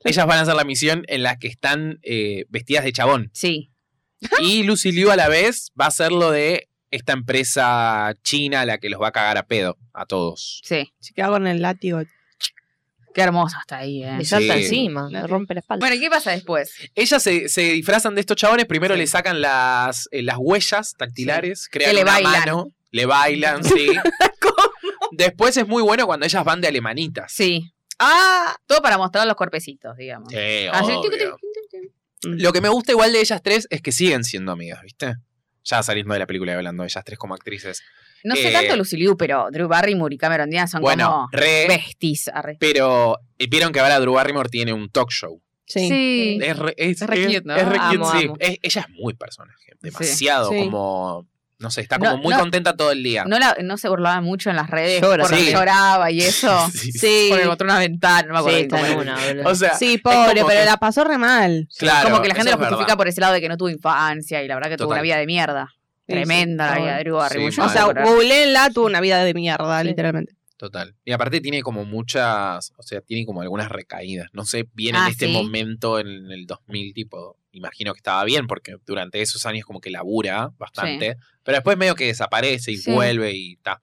ellas van a hacer la misión en la que están eh, vestidas de chabón.
Sí,
Y Lucy Liu a la vez va a ser lo de esta empresa china la que los va a cagar a pedo a todos.
sí.
Se queda con el látigo.
Qué hermoso está ahí, eh.
Le salta
Sí.
encima, le rompe la espalda.
Bueno, ¿y qué pasa después?
Ellas se, se disfrazan de estos chabones, primero le sacan las, eh, las huellas dactilares, crean
Que le
una
bailan.
mano, le bailan, sí. Después es muy bueno cuando ellas van de alemanitas.
Sí. Ah, todo para mostrar los cuerpecitos, digamos.
Sí,
Así,
obvio.
tic, tic,
Mm.
Lo que me gusta igual de ellas tres es que siguen siendo amigas, ¿viste? Ya saliendo de la película y hablando de ellas tres como actrices.
No sé
Eh,
tanto Lucy Liu, pero Drew Barrymore y Cameron Diaz son
Bueno,
como
re,
besties. arre.
pero eh, vieron que ahora Drew Barrymore tiene un talk show.
Sí.
Sí.
Es re, es,
Es re
es-
cute, ¿no?
es re cute,
Amo,
sí.
amo.
Es- ella es muy personaje, demasiado
Sí.
como, no sé, está como
No,
muy
no.
contenta todo el día.
No, la- no se burlaba mucho en las redes
Llora,
porque
sí.
lloraba y eso.
Sí.
Porque encontró una ventana, no me acuerdo.
Sí,
bien cómo
está en
era.
una, boludo.
O sea,
Sí, pobre,
como
pero
que-
la pasó re mal.
claro,
como que la gente
eso
lo
es
justifica
verdad.
por ese lado de que no tuvo infancia y la verdad que tuvo
Total.
una vida de mierda.
Sí,
Tremenda
sí,
la vida de Drew Barrymore.
Sí,
Yo
O
no
mal.
sé
sea,
por-
googleenla, tuvo una vida de mierda, literalmente.
Total. Y aparte tiene como muchas, o sea, tiene como algunas recaídas. No sé, bien
Ah,
en este
¿sí?
momento, en el 2000, tipo, imagino que estaba bien, porque durante esos años como que labura bastante, pero después medio que desaparece y
Sí.
vuelve y ta.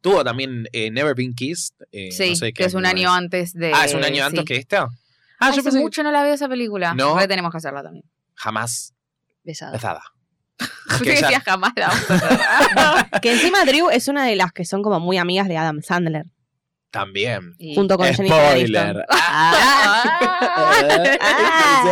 Tuvo también eh, Never Been Kissed. eh,
Sí,
no sé qué
que es un año
es.
antes de.
Ah, es un año antes
sí.
que esta.
Ah,
Ah, yo
Hace
pensé que
mucho no la veo esa película.
No.
Ahora tenemos que hacerla también.
jamás
Besada.
besada.
Yo
ella-
decía jamás la vamos a hacer.
Que encima Drew es una de las que son como muy amigas de Adam Sandler,
También.
Y-
junto con Jennifer Aniston.
Spoiler.
Ah,
Ah.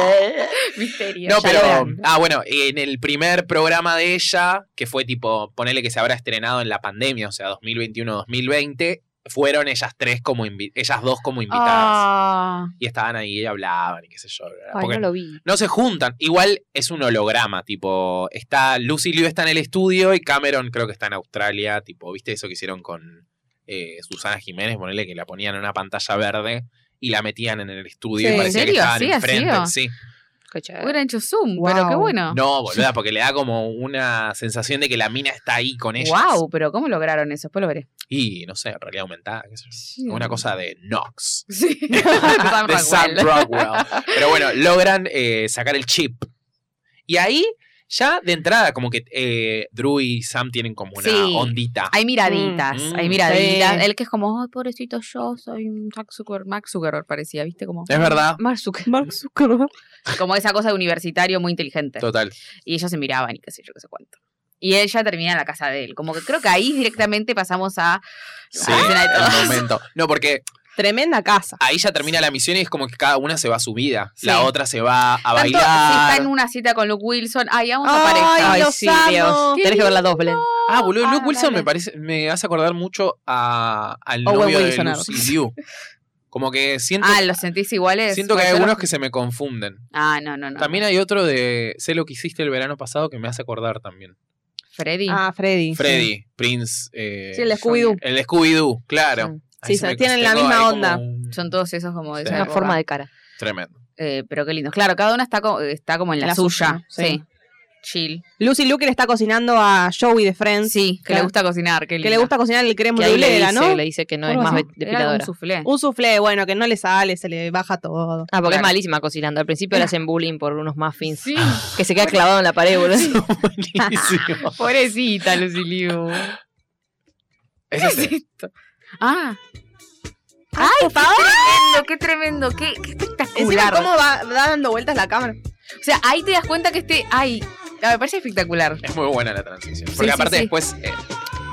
misterio.
No,
ya
pero.
lo verán.
Ah, bueno, en el primer programa de ella, que fue tipo, ponele que se habrá estrenado en la pandemia, o sea, 2021-2020, fueron ellas tres como invi- ellas dos como invitadas.
Ah,
Y estaban ahí y hablaban y qué sé yo.
Ay,
porque
no lo vi.
no se juntan. Igual es un holograma, tipo, está Lucy Liu está en el estudio y Cameron creo que está en Australia, tipo, ¿viste eso que hicieron con eh, Susana Jiménez? Ponele que la ponían en una pantalla verde y la metían en el estudio
Sí.
y
¿En
parecía que
serio?
estaban
¿Así ha sido?
enfrente. Sí.
Qué chévere.
hubieran hecho Zoom,
Wow.
pero qué bueno.
No, boluda, porque le da como una sensación de que la mina está ahí con ellas.
wow, pero ¿cómo lograron eso? Después lo veré.
Y no sé, en realidad aumentada, qué sé yo.
Sí.
Una cosa de Knox.
Sí. De Sam
de Sam
Rockwell.
Rockwell. Pero bueno, logran eh, sacar el chip. Y ahí, ya de entrada, como que eh, Drew y Sam tienen como una
Sí.
ondita.
Hay miraditas,
Mm,
hay
mm,
miraditas.
sí.
Él que es como, oh, pobrecito, yo soy un Zack Zucker- Max Zuckerberg, parecía, ¿viste? Como,
Es verdad.
Mark Zuckerberg.
Mark Zuckerberg.
como esa cosa de universitario muy inteligente.
Total.
Y ellos se miraban y qué sé yo, qué sé cuánto. Y ella termina en la casa de él. Como que creo que ahí directamente pasamos a
Sí,
la escena de todos.
el momento. No, porque
Tremenda casa.
ahí ya termina la misión y es como que cada una se va a su vida.
Sí.
La otra se va a
Tanto si
bailar.
está en una cita con Luke Wilson, ay, vamos a pareja.
Ay,
Ay,
los
sí,
amo.
Dios.
Qué
Tenés que ver la doble.
Ah, boludo,
Ah,
Luke Wilson
dale.
me parece, me hace acordar mucho a, al
Owen
novio
Wilson,
de
algo.
Lucy Liu. Como que siento,
Ah, ¿los sentís iguales?
siento que hay
Marcelo?
algunos que se me confunden.
Ah, no, no, no.
También hay otro de Sé lo que hiciste el verano pasado que me hace acordar también.
Freddy.
Ah, Freddy.
Freddy, Prince. eh,
Sí, el Scooby-Doo.
el Scooby-Doo, claro. Ahí
Sí,
se
se-
me-
tienen la
tengo
misma
ahí como
onda.
un-
Son todos esos como de
Sí.
esa
Una
época.
forma de cara.
Tremendo.
Eh, pero qué lindos. Claro, cada una está, co- está como en la,
La
suya.
suya,
Sí. Chill.
Lucy Luke le está cocinando a Joey de Friends.
Sí, que le
Claro.
gusta cocinar. Qué
Que le gusta cocinar el creme
Que ahí le
brûlée,
dice,
¿no?
le dice que no es
Algo
más
así.
ve-
depiladora.
depiladora.
Un soufflé.
Un soufflé, bueno, que no le sale, se le baja todo.
Ah, porque
Claro.
es malísima cocinando. Al principio le hacen bullying por unos muffins.
Sí.
Que se queda clavado en la pared, boludo.
Buenísimo.
Pobrecita, Luciliu.
Ese es-
esto? Ah.
¡Ay,
Qué Ah, tremendo, qué tremendo, qué, qué
Encima
espectacular.
cómo va, va dando vueltas la cámara.
O sea, ahí te das cuenta que este. Ay, ah, me parece espectacular.
es muy buena la transición.
Sí,
Porque
sí,
aparte
sí.
después, eh,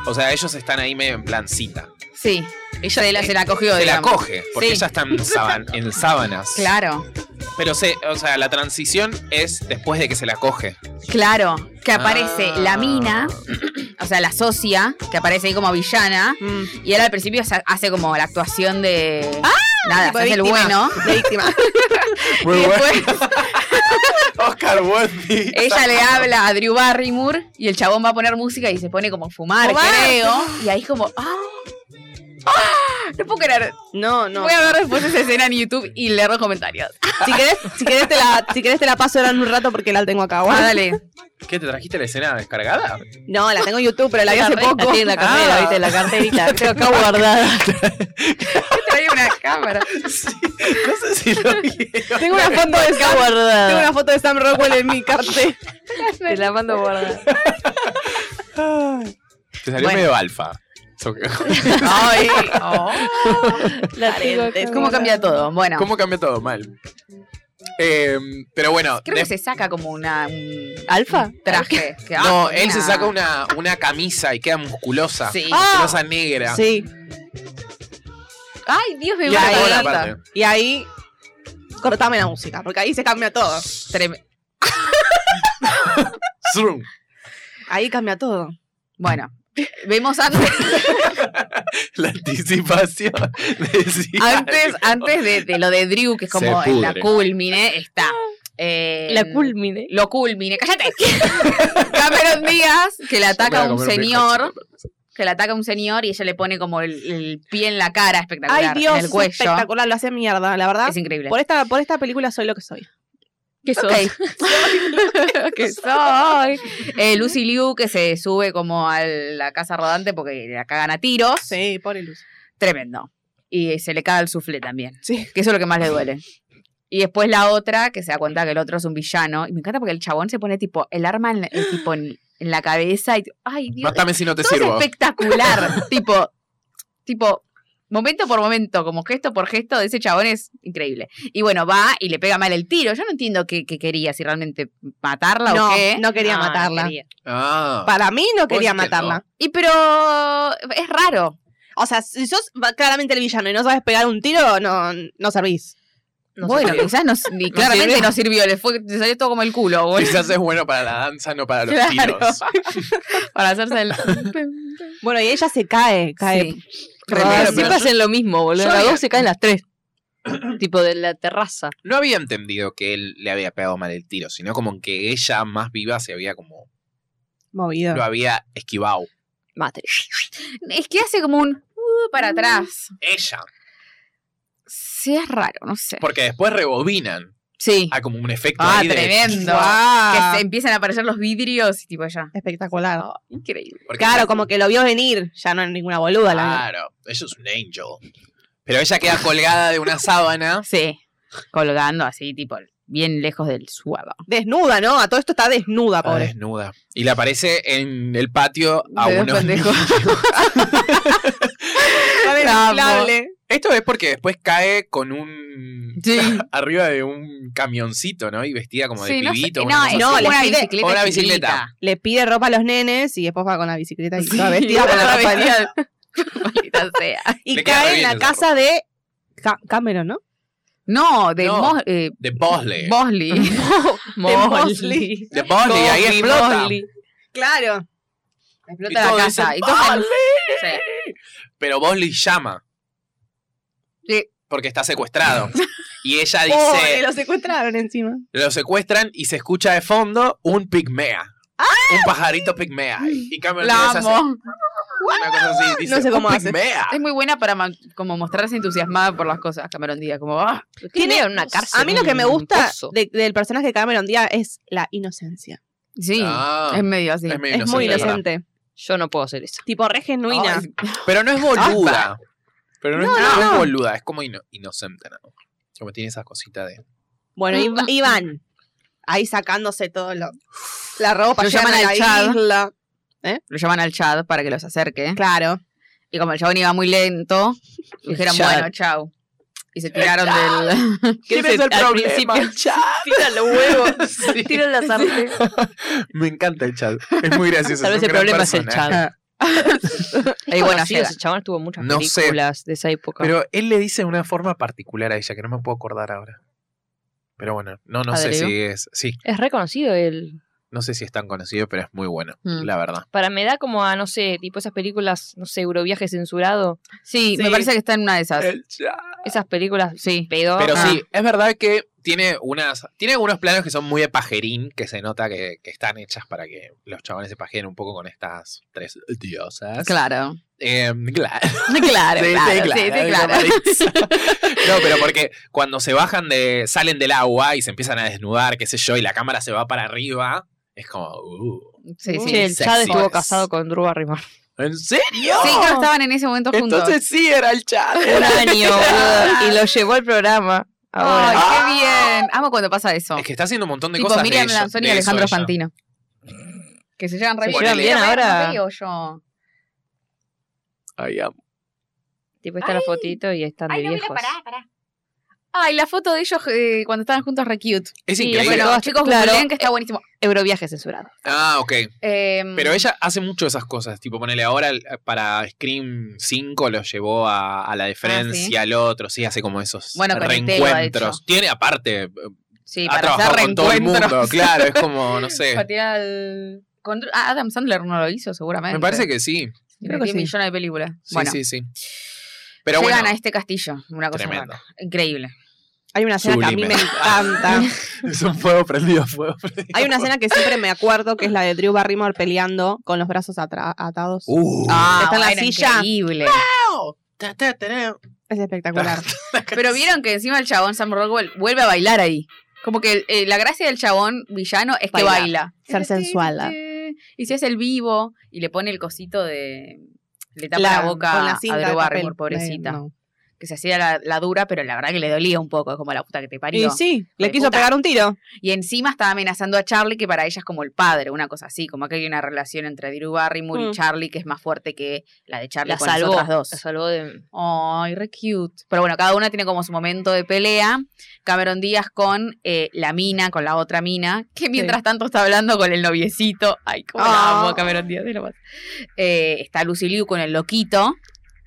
o sea, ellos están ahí medio en plan cita.
Sí. Ella se la,
eh,
se la cogió
Se la
digamos.
coge, porque
Sí.
ella está en, sában- en sábanas.
Claro,
Pero, se, o sea, la transición es después de que se la coge.
claro. Que aparece
Ah.
la mina, o sea, la socia, que aparece ahí como villana. Y él al principio se hace como la actuación de. Nada,
Tipo
se hace el
víctima.
bueno.
De víctima.
Muy
Y después
Oscar Wendy.
ella le habla a Drew Barrymore y el chabón va a poner música y se pone como a fumar,
Fumar.
creo. Y ahí es como. ¡Ah! ¡Ah! No puedo creer.
No, no.
Voy a ver después esa escena en YouTube y leer los comentarios.
Si querés, si querés te la, si querés te la paso ahora en un rato porque la tengo acá.
Ah,
guau.
dale.
¿Qué te trajiste la escena descargada?
No, la tengo en YouTube, pero la vi hace
La
poco.
tiene en la cartera,
Ah.
viste, en la carterita. la Tengo acá guardada.
Trae una cámara.
No sé si lo vieron.
Tengo una foto de
Acá
Sam, tengo
guardada.
una foto de Sam Rockwell en mi cartel.
Te la mando guardada.
Te salió
Bueno.
medio alfa. So-
Ay, Oh.
La tengo acá
¿Cómo
guardada.
cambia todo? Bueno,
¿Cómo cambia todo? Mal. Eh, pero bueno,
creo que
des-
se saca como una un
¿Alfa?
traje. que-
no,
ah,
él se
una-
saca una, una camisa y queda musculosa.
Sí. Ah.
Musculosa negra.
Sí.
Ay, Dios me
Y ahora
guarda,
toda la
me encanta.
parte.
Y ahí cortame la música, porque ahí se cambia todo.
Trem-
Zoom.
Ahí cambia todo.
Bueno, vemos antes,
La anticipación. de sí.
antes, antes de, de lo de Drew, que es como
Se
en la
pudre.
culmine, está. eh,
La culmine.
Lo culmine, cállate. Cameron Díaz, que le
Me voy
ataca
a
a un
comer un
señor.
bizcocho.
que la ataca un señor y ella le pone como el, el pie en la cara espectacular,
Ay, Dios,
en el
es
cuello.
espectacular, lo hace mierda, la verdad.
Es increíble.
Por esta, por esta película soy lo que soy.
¿Qué sos?
que soy. Eh, Lucy Liu que se sube como a la casa rodante porque la cagan a tiros.
Sí, pobre Luz.
Tremendo. Y se le cae el suflé también.
Sí.
Que eso es lo que más le duele. Y después la otra, que se da cuenta que el otro es un villano. Y me encanta porque el chabón se pone tipo el arma en la, eh, tipo, en, en la cabeza. Y, ay, Dios.
Mátame si no te
todo es
sirvo.
espectacular. tipo, tipo, momento por momento, como gesto por gesto de ese chabón es increíble. Y bueno, va y le pega mal el tiro. Yo no entiendo qué, qué quería, si realmente matarla
No,
o qué.
no quería
Ah, no
matarla.
quería.
Ah.
Para mí no
Vos
quería
decís que no.
matarla.
Y pero es raro.
O sea, si sos va- claramente el villano y no sabes pegar un tiro, no, no servís.
No sé.
bueno, quizás no, ni
No
claramente
sirvió.
no sirvió, le fue, le salió todo como el culo, boludo,
Quizás es bueno para la danza, no para los
Claro.
tiros.
para hacerse el.
Bueno, y ella se cae, cae.
Sí.
Tremendo,
Pero
pero
siempre
yo
hacen lo mismo, boludo.
yo
Las
había-
dos se caen las tres. tipo de la terraza.
No había entendido que él le había pegado mal el tiro, sino como que ella más viva se había como.
Movido.
Lo había esquivado.
Mate.
Es que hace como un uh, para atrás.
Ella.
Sí, es raro, no sé.
Porque después rebobinan.
Sí.
Hay como un efecto
Ah,
ahí de-
tremendo.
Guau.
Que se empiezan a aparecer los vidrios y tipo ya.
Espectacular.
Increíble.
Porque-
Claro, como que lo vio venir. Ya no es ninguna boluda la mina.
Claro, ella es un angel. Pero ella queda colgada de una sábana.
Sí. Colgando así, tipo, bien lejos del suelo.
Desnuda, ¿no? A todo esto está desnuda,
Ah,
Está
pobre.
desnuda. Y le aparece en el patio a
De dos
unos
pendejos.
niños.
Está desinflable.
Esto es porque después cae con un.
Sí.
arriba de un camioncito, ¿no? Y vestida como de
sí, no, sé.
pibito.
no,
una
es
cosa
no,
así.
le
una
pide-
bicicleta.
una
chiquita.
bicicleta.
Le pide ropa a los nenes y después va con la bicicleta y
Sí,
toda vestida con la ropa de nenes.
Maldita sea.
Y
Le queda re
cae en
bien
la
esa
casa de Ca- Cameron, ¿no?
No, de
No.
Mo- eh,
De Bosley.
Bosley.
Mosley.
de Bosley, ahí
Bosley,
explota.
Bosley.
Claro.
Y
Explota
todos
la casa.
dicen, "Ah,
Y todos- Sí.
Pero Bosley llama.
Sí.
Porque está secuestrado. Y ella
Pobre,
dice,
lo secuestraron encima.
lo secuestran y se escucha de fondo un pigmea. Un pajarito pigmea. Y Cameron
La
Díaz hace
amo.
una cosa así, dice,
No sé cómo
"Un
hace".
pigmea.
Es muy buena para man- como mostrarse entusiasmada por las cosas, Cameron Díaz. Como, ah,
Tiene una cárcel.
A mí lo que me
un
gusta
pozo.
de- del personaje de Cameron Díaz es la inocencia.
sí.
Ah,
es medio así.
es medio
es muy
inocente, la verdad.
inocente.
Yo no puedo hacer eso.
Tipo re genuina.
Ay,
Pero no es boluda. Pero no, es,
No,
no es
no.
boluda, es como ino- inocente. ¿no? Como tiene esas cositas de.
Bueno, Iv- Iván. Ahí sacándose todo lo. La ropa,
Lo
llegan
llaman
a
al
la
Chad.
isla.
Lo llaman al chat para que los acerque.
Claro.
Y como el chabón iba muy lento, dijeron,
Chad.
bueno, chau. Y se tiraron del.
¿Quién es el
principio-
Tiran los huevos.
Sí.
Tiro la sartén.
Me encanta el chat. Es muy gracioso.
Tal
es
vez
un
el
gran
problema es el
personaje.
chat.
Y bueno,
Conocido,
llega.
ese chabón estuvo en muchas
No sé.
películas de esa época.
Pero él le dice de una forma particular a ella que no me puedo acordar ahora. Pero bueno, no, no sé
¿Adrigo?
si es. Sí,
Es reconocido él.
no sé si es tan conocido, pero es muy bueno,
Mm.
la verdad.
Para me da como a, no sé, tipo esas películas, no sé, Euroviaje censurado.
Sí,
Sí.
me parece que está en una de esas.
Eh,
Esas películas
Sí.
pedo.
Pero
Ah.
sí, es verdad que tiene unas. Tiene algunos planos que son muy de pajerín, que se nota que, que están hechas para que los chavales se pajeen un poco con estas tres diosas.
Claro.
Em, claro.
Claro,
Sí, sí,
claro,
claro,
sí, sí,
digo,
claro.
Marisa. No, pero porque cuando se bajan de. salen del agua y se empiezan a desnudar, qué sé yo, y la cámara se va para arriba, es como. uh,
Sí, sí.
Che, el Chad
Sexy.
estuvo casado con Drew Barrymore.
¿En serio?
Sí, creo que estaban en ese momento juntos.
Entonces sí era el chat.
Un año, boludo, Y lo llevó al programa.
Ay,
Ahora.
qué bien. Amo cuando pasa eso.
Es que está haciendo un montón de
tipo
cosas.
Miriam
de ello-
Lanzoni y
de eso
Alejandro
ella.
Fantino. Que se llevan re
Se
bien.
llevan bien
Pero
ahora.
no veo yo.
Ay, amo.
tipo, está la fotito y están de viejos.
pará.
Ay, la foto de ellos eh, cuando estaban juntos re cute.
Es
Sí,
increíble.
bueno.
Los chicos
Claro.
googleen
eh,
que está buenísimo.
Euroviaje censurado.
Ah, ok.
Em,
Pero ella hace mucho esas cosas. Tipo, ponele ahora el- para Scream 5 lo llevó a, a la diferencia, al otro. Sí, hace como esos
Bueno, con Estela, de
reencuentros.
hecho.
Tiene aparte
sí,
ha
para
trabajado
hacer
con todo el mundo,
reencuentros.
claro, es como, no
Para
sé.
tirar al- con- ah, Adam Sandler no lo hizo, seguramente.
Me parece que sí,
Creo
que
que
sí.
millones de películas.
sí,
bueno,
sí, sí. Pero
llegan
bueno,
a este castillo, una cosa
Tremendo.
loca. increíble.
Hay una escena que a mí
Sublime.
me encanta.
es un fuego prendido, fuego prendido.
Hay una escena que siempre me acuerdo que es la de Drew Barrymore peleando con los brazos atra- atados.
Uh.
Ah.
está en la
bueno,
silla.
Increíble.
Ta, ta, ta, ta.
Es espectacular.
Pero vieron que encima el chabón Sam Rockwell vuelve a bailar ahí. Como que eh, la gracia del chabón villano es que
Bailar.
baila.
Ser sensual, ah.
Y si es el vivo y le pone el cosito de Le tapa
La-
la, boca
con la
a
cinta de
Drew
papel.
Barrymore, pobrecita.
No.
Que se hacía la, la dura, pero la verdad que le dolía un poco, como la puta que te
Y
parió.
sí, le
de
quiso
puta.
pegar un tiro.
Y encima estaba amenazando a Charlie, que para ella es como el padre, una cosa así, como que hay una relación entre Drew Barrymore
Mm.
y Charlie que es más fuerte que la de Charlie
La
con
salvó.
las otras dos.
La salvó de.
Ay, re cute. Pero bueno, cada una tiene como su momento de pelea. Cameron Díaz con eh, la mina, con la otra mina, que mientras tanto está hablando con el noviecito. Ay, cómo la
Ah.
amo a Cameron Díaz. es lo más. Eh, está Lucy Liu con el loquito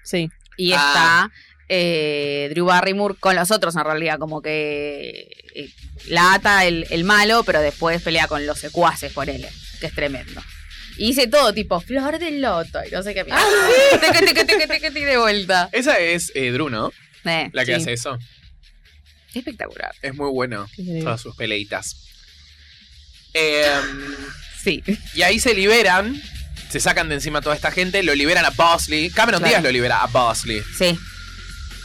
Sí.
y
Ah.
está eh, Drew Barrymore con los otros en realidad, como que eh, la ata el, el malo, pero después pelea con los secuaces por él, que es tremendo. Y dice todo tipo, flor del loto, y no sé qué. mierda.
Ah,
Teque, teque, teque, teque, teque, de vuelta.
Esa es eh, Drew, ¿no?
Eh,
La que
Sí.
hace eso.
espectacular.
Es muy bueno.
Ah.
Todas sus peleitas. Em,
Sí.
y ahí se liberan. Se sacan de encima a toda esta gente. Lo liberan a Bosley. Cameron
Claro.
Díaz lo libera a Bosley.
Sí,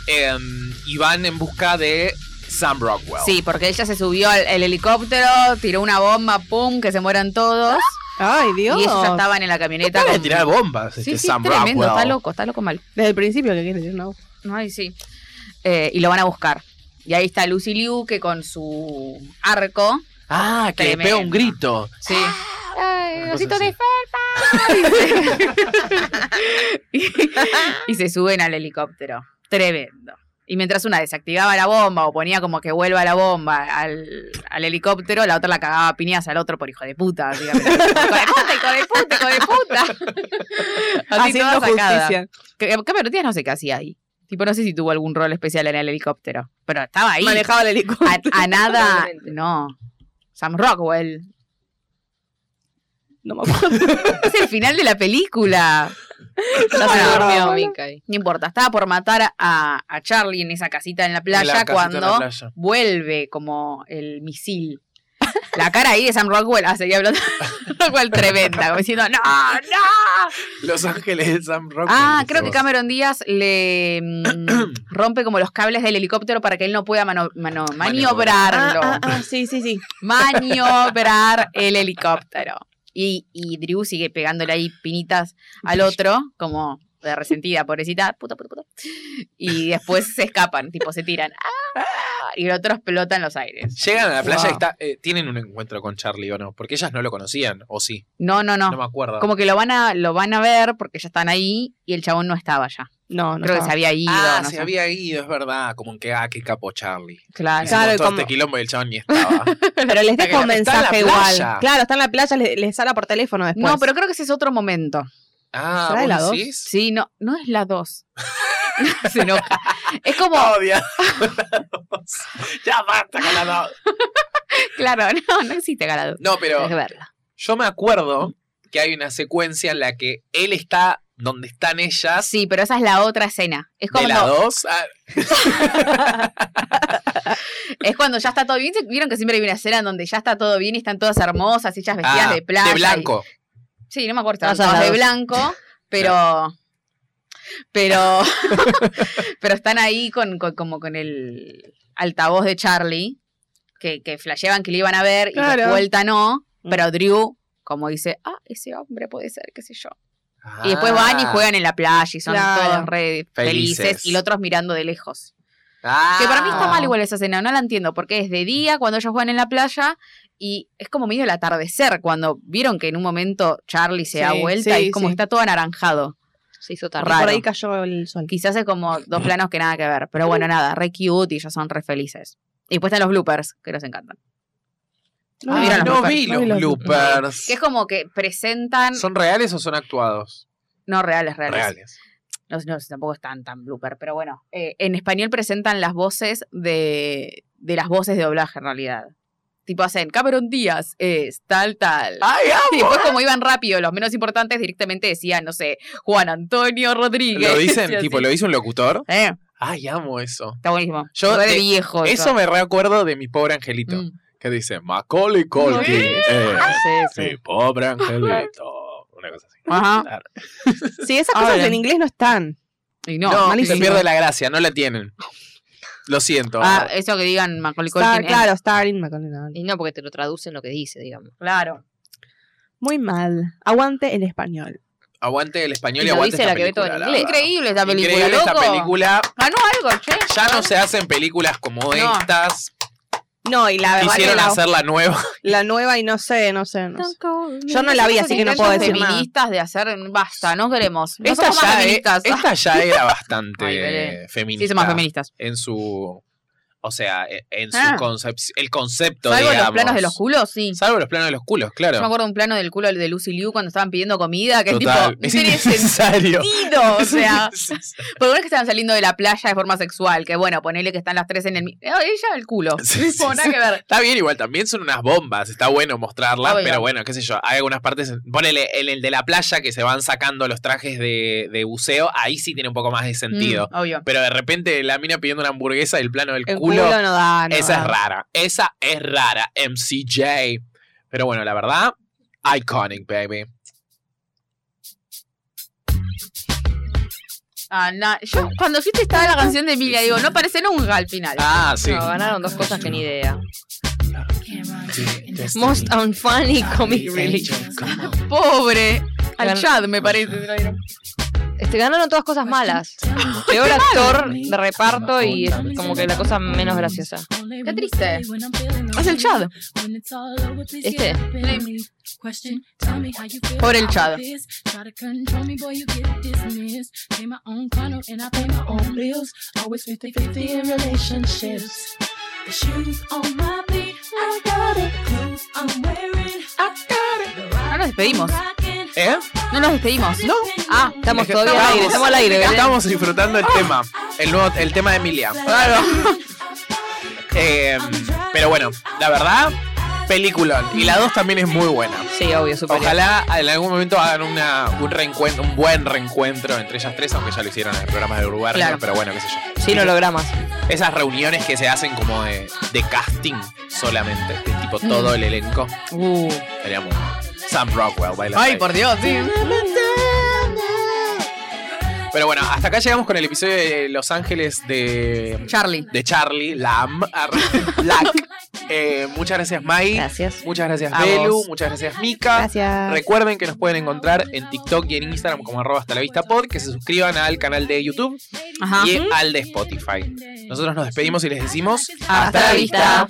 Em, y van en busca de Sam Rockwell.
sí, porque ella se subió al el helicóptero, tiró una bomba, pum, que se mueran todos.
Ah,
Ay, Dios.
Y ellos ya estaban en la camioneta.
Para
con-
de tirar bombas.
Sí,
este
sí,
Sam
es tremendo,
Rockwell.
está loco, está loco mal.
Desde el principio que quiere decir, ¿no?
Ay, sí. Eh, y lo van a buscar. Y ahí está Lucy Liu, que con su arco.
Ah, que le
Tremendo. Eh,
pega un grito.
Sí.
Una cosa así.
y, y se suben al helicóptero. Tremendo. Y mientras una desactivaba la bomba o ponía como que vuelva la bomba al, al helicóptero, la otra la cagaba a piñas al otro por hijo de puta. básicamente. hijo de puta, hijo de puta, hijo de puta. Así
Haciendo
toda sacada.
justicia.
Que- Cameron Díaz no sé qué hacía ahí. Tipo, no sé si tuvo algún rol especial en el helicóptero. Pero estaba ahí.
Manejaba el
A,
helicóptero.
a nada.
Probablemente.
No. Sam Rockwell.
No me acuerdo.
Es el final de la película. se
Ya se
durmió,
durmió,
Mika.
Mika. ahí.
No importa. Estaba por matar a, a Charlie en esa casita en la playa
En la casita de
cuando
la playa.
vuelve como el misil. La cara ahí de Sam Rockwell, ah, seguía hablando Rockwell tremenda, como diciendo, no, no.
Los Ángeles de Sam Rockwell.
Ah,
dice
creo que
vos.
Cameron Díaz le mm, rompe como los cables del helicóptero para que él no pueda mano- mano- maniobrarlo.
Ah, ah, ah, sí, sí, sí.
maniobrar el helicóptero. Y, y Drew sigue pegándole ahí pinitas al otro, como de resentida, pobrecita, puta, puta, puta. Y después se escapan, tipo, se tiran. ¡Ah! Y el otro explota en los aires.
Llegan a la playa
Wow.
y está, eh, tienen un encuentro con Charlie o no, porque ellas no lo conocían, o sí,
No, no,
no,
no.
me acuerdo.
Como que lo van a, lo van a ver porque ya están ahí y el chabón no estaba ya.
No, no.
Creo que
estaba.
se había ido.
ah,
no
se
sé.
había ido, es verdad, como que, ah, qué capo Charlie.
Ah, Claro.
Hicimos
Claro,
todo
como-
este quilombo y el chabón ni estaba.
Pero les deja un
Está en la
mensaje igual.
playa.
Claro, está en la playa, les, les habla por teléfono después.
No, pero creo que ese es otro momento.
Ah,
¿Será de la
¿vos
dos?
decís?
Sí, no, no es la dos. se enoja. Es como,
Odia. ya basta con la dos.
claro, no, no existe ganado.
No, pero
Tienes que verla.
yo me acuerdo que hay una secuencia en la que él está donde están ellas.
Sí, pero esa es la otra escena. Es
De la
cuando,
dos. Ah,
es cuando ya está todo bien. Vieron que siempre hay una escena en donde ya está todo bien y están todas hermosas, ellas vestidas
ah,
de playa.
De
y-
blanco.
sí, no me acuerdo.
No,
Estaban
son
todas de
las dos.
blanco, pero. Pero. pero están ahí con, con- como con el altavoz de Charlie, que, que flasheaban que le iban a ver y de
Claro. Mm.
vuelta no. Pero Drew, como dice, ah, ese hombre puede ser, qué sé yo. Y después van y
Ah,
juegan en la playa y son
Claro.
todos re felices.
Felices.
Y el otro es mirando de lejos.
ah.
Que para mí está mal igual esa escena, no la entiendo, porque es de día cuando ellos juegan en la playa y es como medio el atardecer cuando vieron que en un momento Charlie se da
Sí,
vuelta
sí,
y es como
sí.
está todo anaranjado.
Se hizo
Y
tarde.
raro. Ah,
por ahí cayó el sol.
Quizás es como dos planos que nada que ver, pero bueno, nada, re cute y ya son re felices. Y después están los bloopers, que nos encantan.
Ah,
Mira los
no
bloopers.
vi
No
los
vi los
bloopers.
Que es como que presentan,
¿Son reales o son actuados?
no reales, reales.
Reales.
No, no, tampoco están tan blooper, pero bueno, eh, en español presentan las voces de, de las voces de doblaje en realidad. Tipo hacen, Cameron Díaz es tal, tal.
¡Ay,
Y
amo!
después, como iban rápido, los menos importantes directamente decían, no sé, Juan Antonio Rodríguez.
Lo
Y
dicen,
así.
tipo, lo dice un locutor.
Eh,
Ay, amo eso.
está buenísimo.
Yo
Re
de-
viejo.
Eso me recuerdo de mi pobre angelito,
Mm.
que dice Macaulay Culkin. eh, mi pobre angelito. Una cosa así.
Ajá.
Claro.
Sí, esas
Ah,
cosas
bien.
en inglés no están.
Y no.
No, se
malísimo.
pierde la gracia, no la tienen. Lo siento.
Ah, eso que digan Macaulay
Star-
Culkin. eh.
claro, Starling, Macaulay, no, no.
Y no, porque te lo traducen lo que dice, digamos.
claro.
Muy mal. Aguante el español.
aguante el español y,
Y lo
aguante
dice
esta
la que ve todo
película.
en
la verdad.
inglés.
Increíble esta película,
Increíble esta
loco.
película.
Ganó algo, che.
Ya no se hacen películas como
No.
estas.
No, y la verdad que
Quisieron
la,
hacerla nueva.
la nueva y no sé, no sé, no sé. Yo no la vi,
Esos
así que no puedo
intentos
decir nada.
feministas de hacer, basta, no queremos. No
Esta
somos más
ya, e-
feministas.
esta ya era bastante
Ay, Belén.
feminista.
sí, somos feministas.
En su. O sea, e- en su
Ah.
concep- el concepto,
Salvo
digamos.
los planos de los culos, sí.
Salvo los planos de los culos, claro.
Yo me acuerdo un plano del culo de Lucy Liu cuando estaban pidiendo comida, que
Total.
es tipo, no tiene
innecesario.
sentido. O sea,
Es innecesario.
por una que estaban saliendo de la playa de forma sexual, que bueno, ponele que están las tres en el. mi- Eh, Ella, el culo.
Sí, sí,
Tipo, nada
sí.
que ver.
Está bien, igual también son unas bombas, está bueno mostrarlas,
Obvio.
pero bueno, qué sé yo, hay algunas partes, en- ponele en el de la playa que se van sacando los trajes de, de buceo, ahí sí tiene un poco más de sentido.
Mm, obvio.
Pero de repente la mina pidiendo una hamburguesa y el plano del
El
culo,
culo, no da, no
esa
da.
es rara, esa es rara, MCJ. Pero bueno, la verdad, iconic, baby.
Ah, na- Yo, cuando fuiste estaba la canción de Emilia, digo, no aparece nunca al final.
Ah, sí.
No, ganaron dos cosas que ni idea. Most unfunny comic relief.
Pobre. Al
Gan-
Chad, me parece. se lo dieron.
Este, ganaron todas cosas malas. Peor actor de reparto y es como que la cosa menos graciosa.
Qué triste. Es el Chad.
Este.
Por el Chad. No nos despedimos.
¿Eh?
No nos despedimos.
No.
Ah,
Estamos
Es que
todavía al
estábamos-
aire, estamos al aire, ¿eh? ¿verdad?
Estamos disfrutando el tema, el nuevo, el tema de Emilia.
claro.
Eh, pero bueno, la verdad, peliculón. Y la 2 también es muy buena.
Sí, obvio, superior.
Ojalá en algún momento hagan una, un reencuentro, un buen reencuentro entre ellas tres, aunque ya lo hicieron en el programa de Uruguay,
Claro.
pero bueno, qué sé yo.
Sí, no logramas.
Esas reuniones que se hacen como de, de casting solamente, de tipo
Mm.
todo el elenco.
Uh.
Sería muy bueno. Sam Rockwell, baila.
Ay, por Dios, sí.
Pero bueno, hasta acá llegamos con el episodio de Los Ángeles de,
Charlie.
de Charlie, la am- ar- Black. Eh, muchas gracias, Mai.
Gracias.
Muchas gracias,
A
Belu.
vos.
Muchas gracias, Mika.
Gracias.
Recuerden que nos pueden encontrar en TikTok y en Instagram como arroba hasta la vista pod, que se suscriban al canal de YouTube
Ajá.
y al de Spotify. Nosotros nos despedimos y les decimos
Hasta la vista.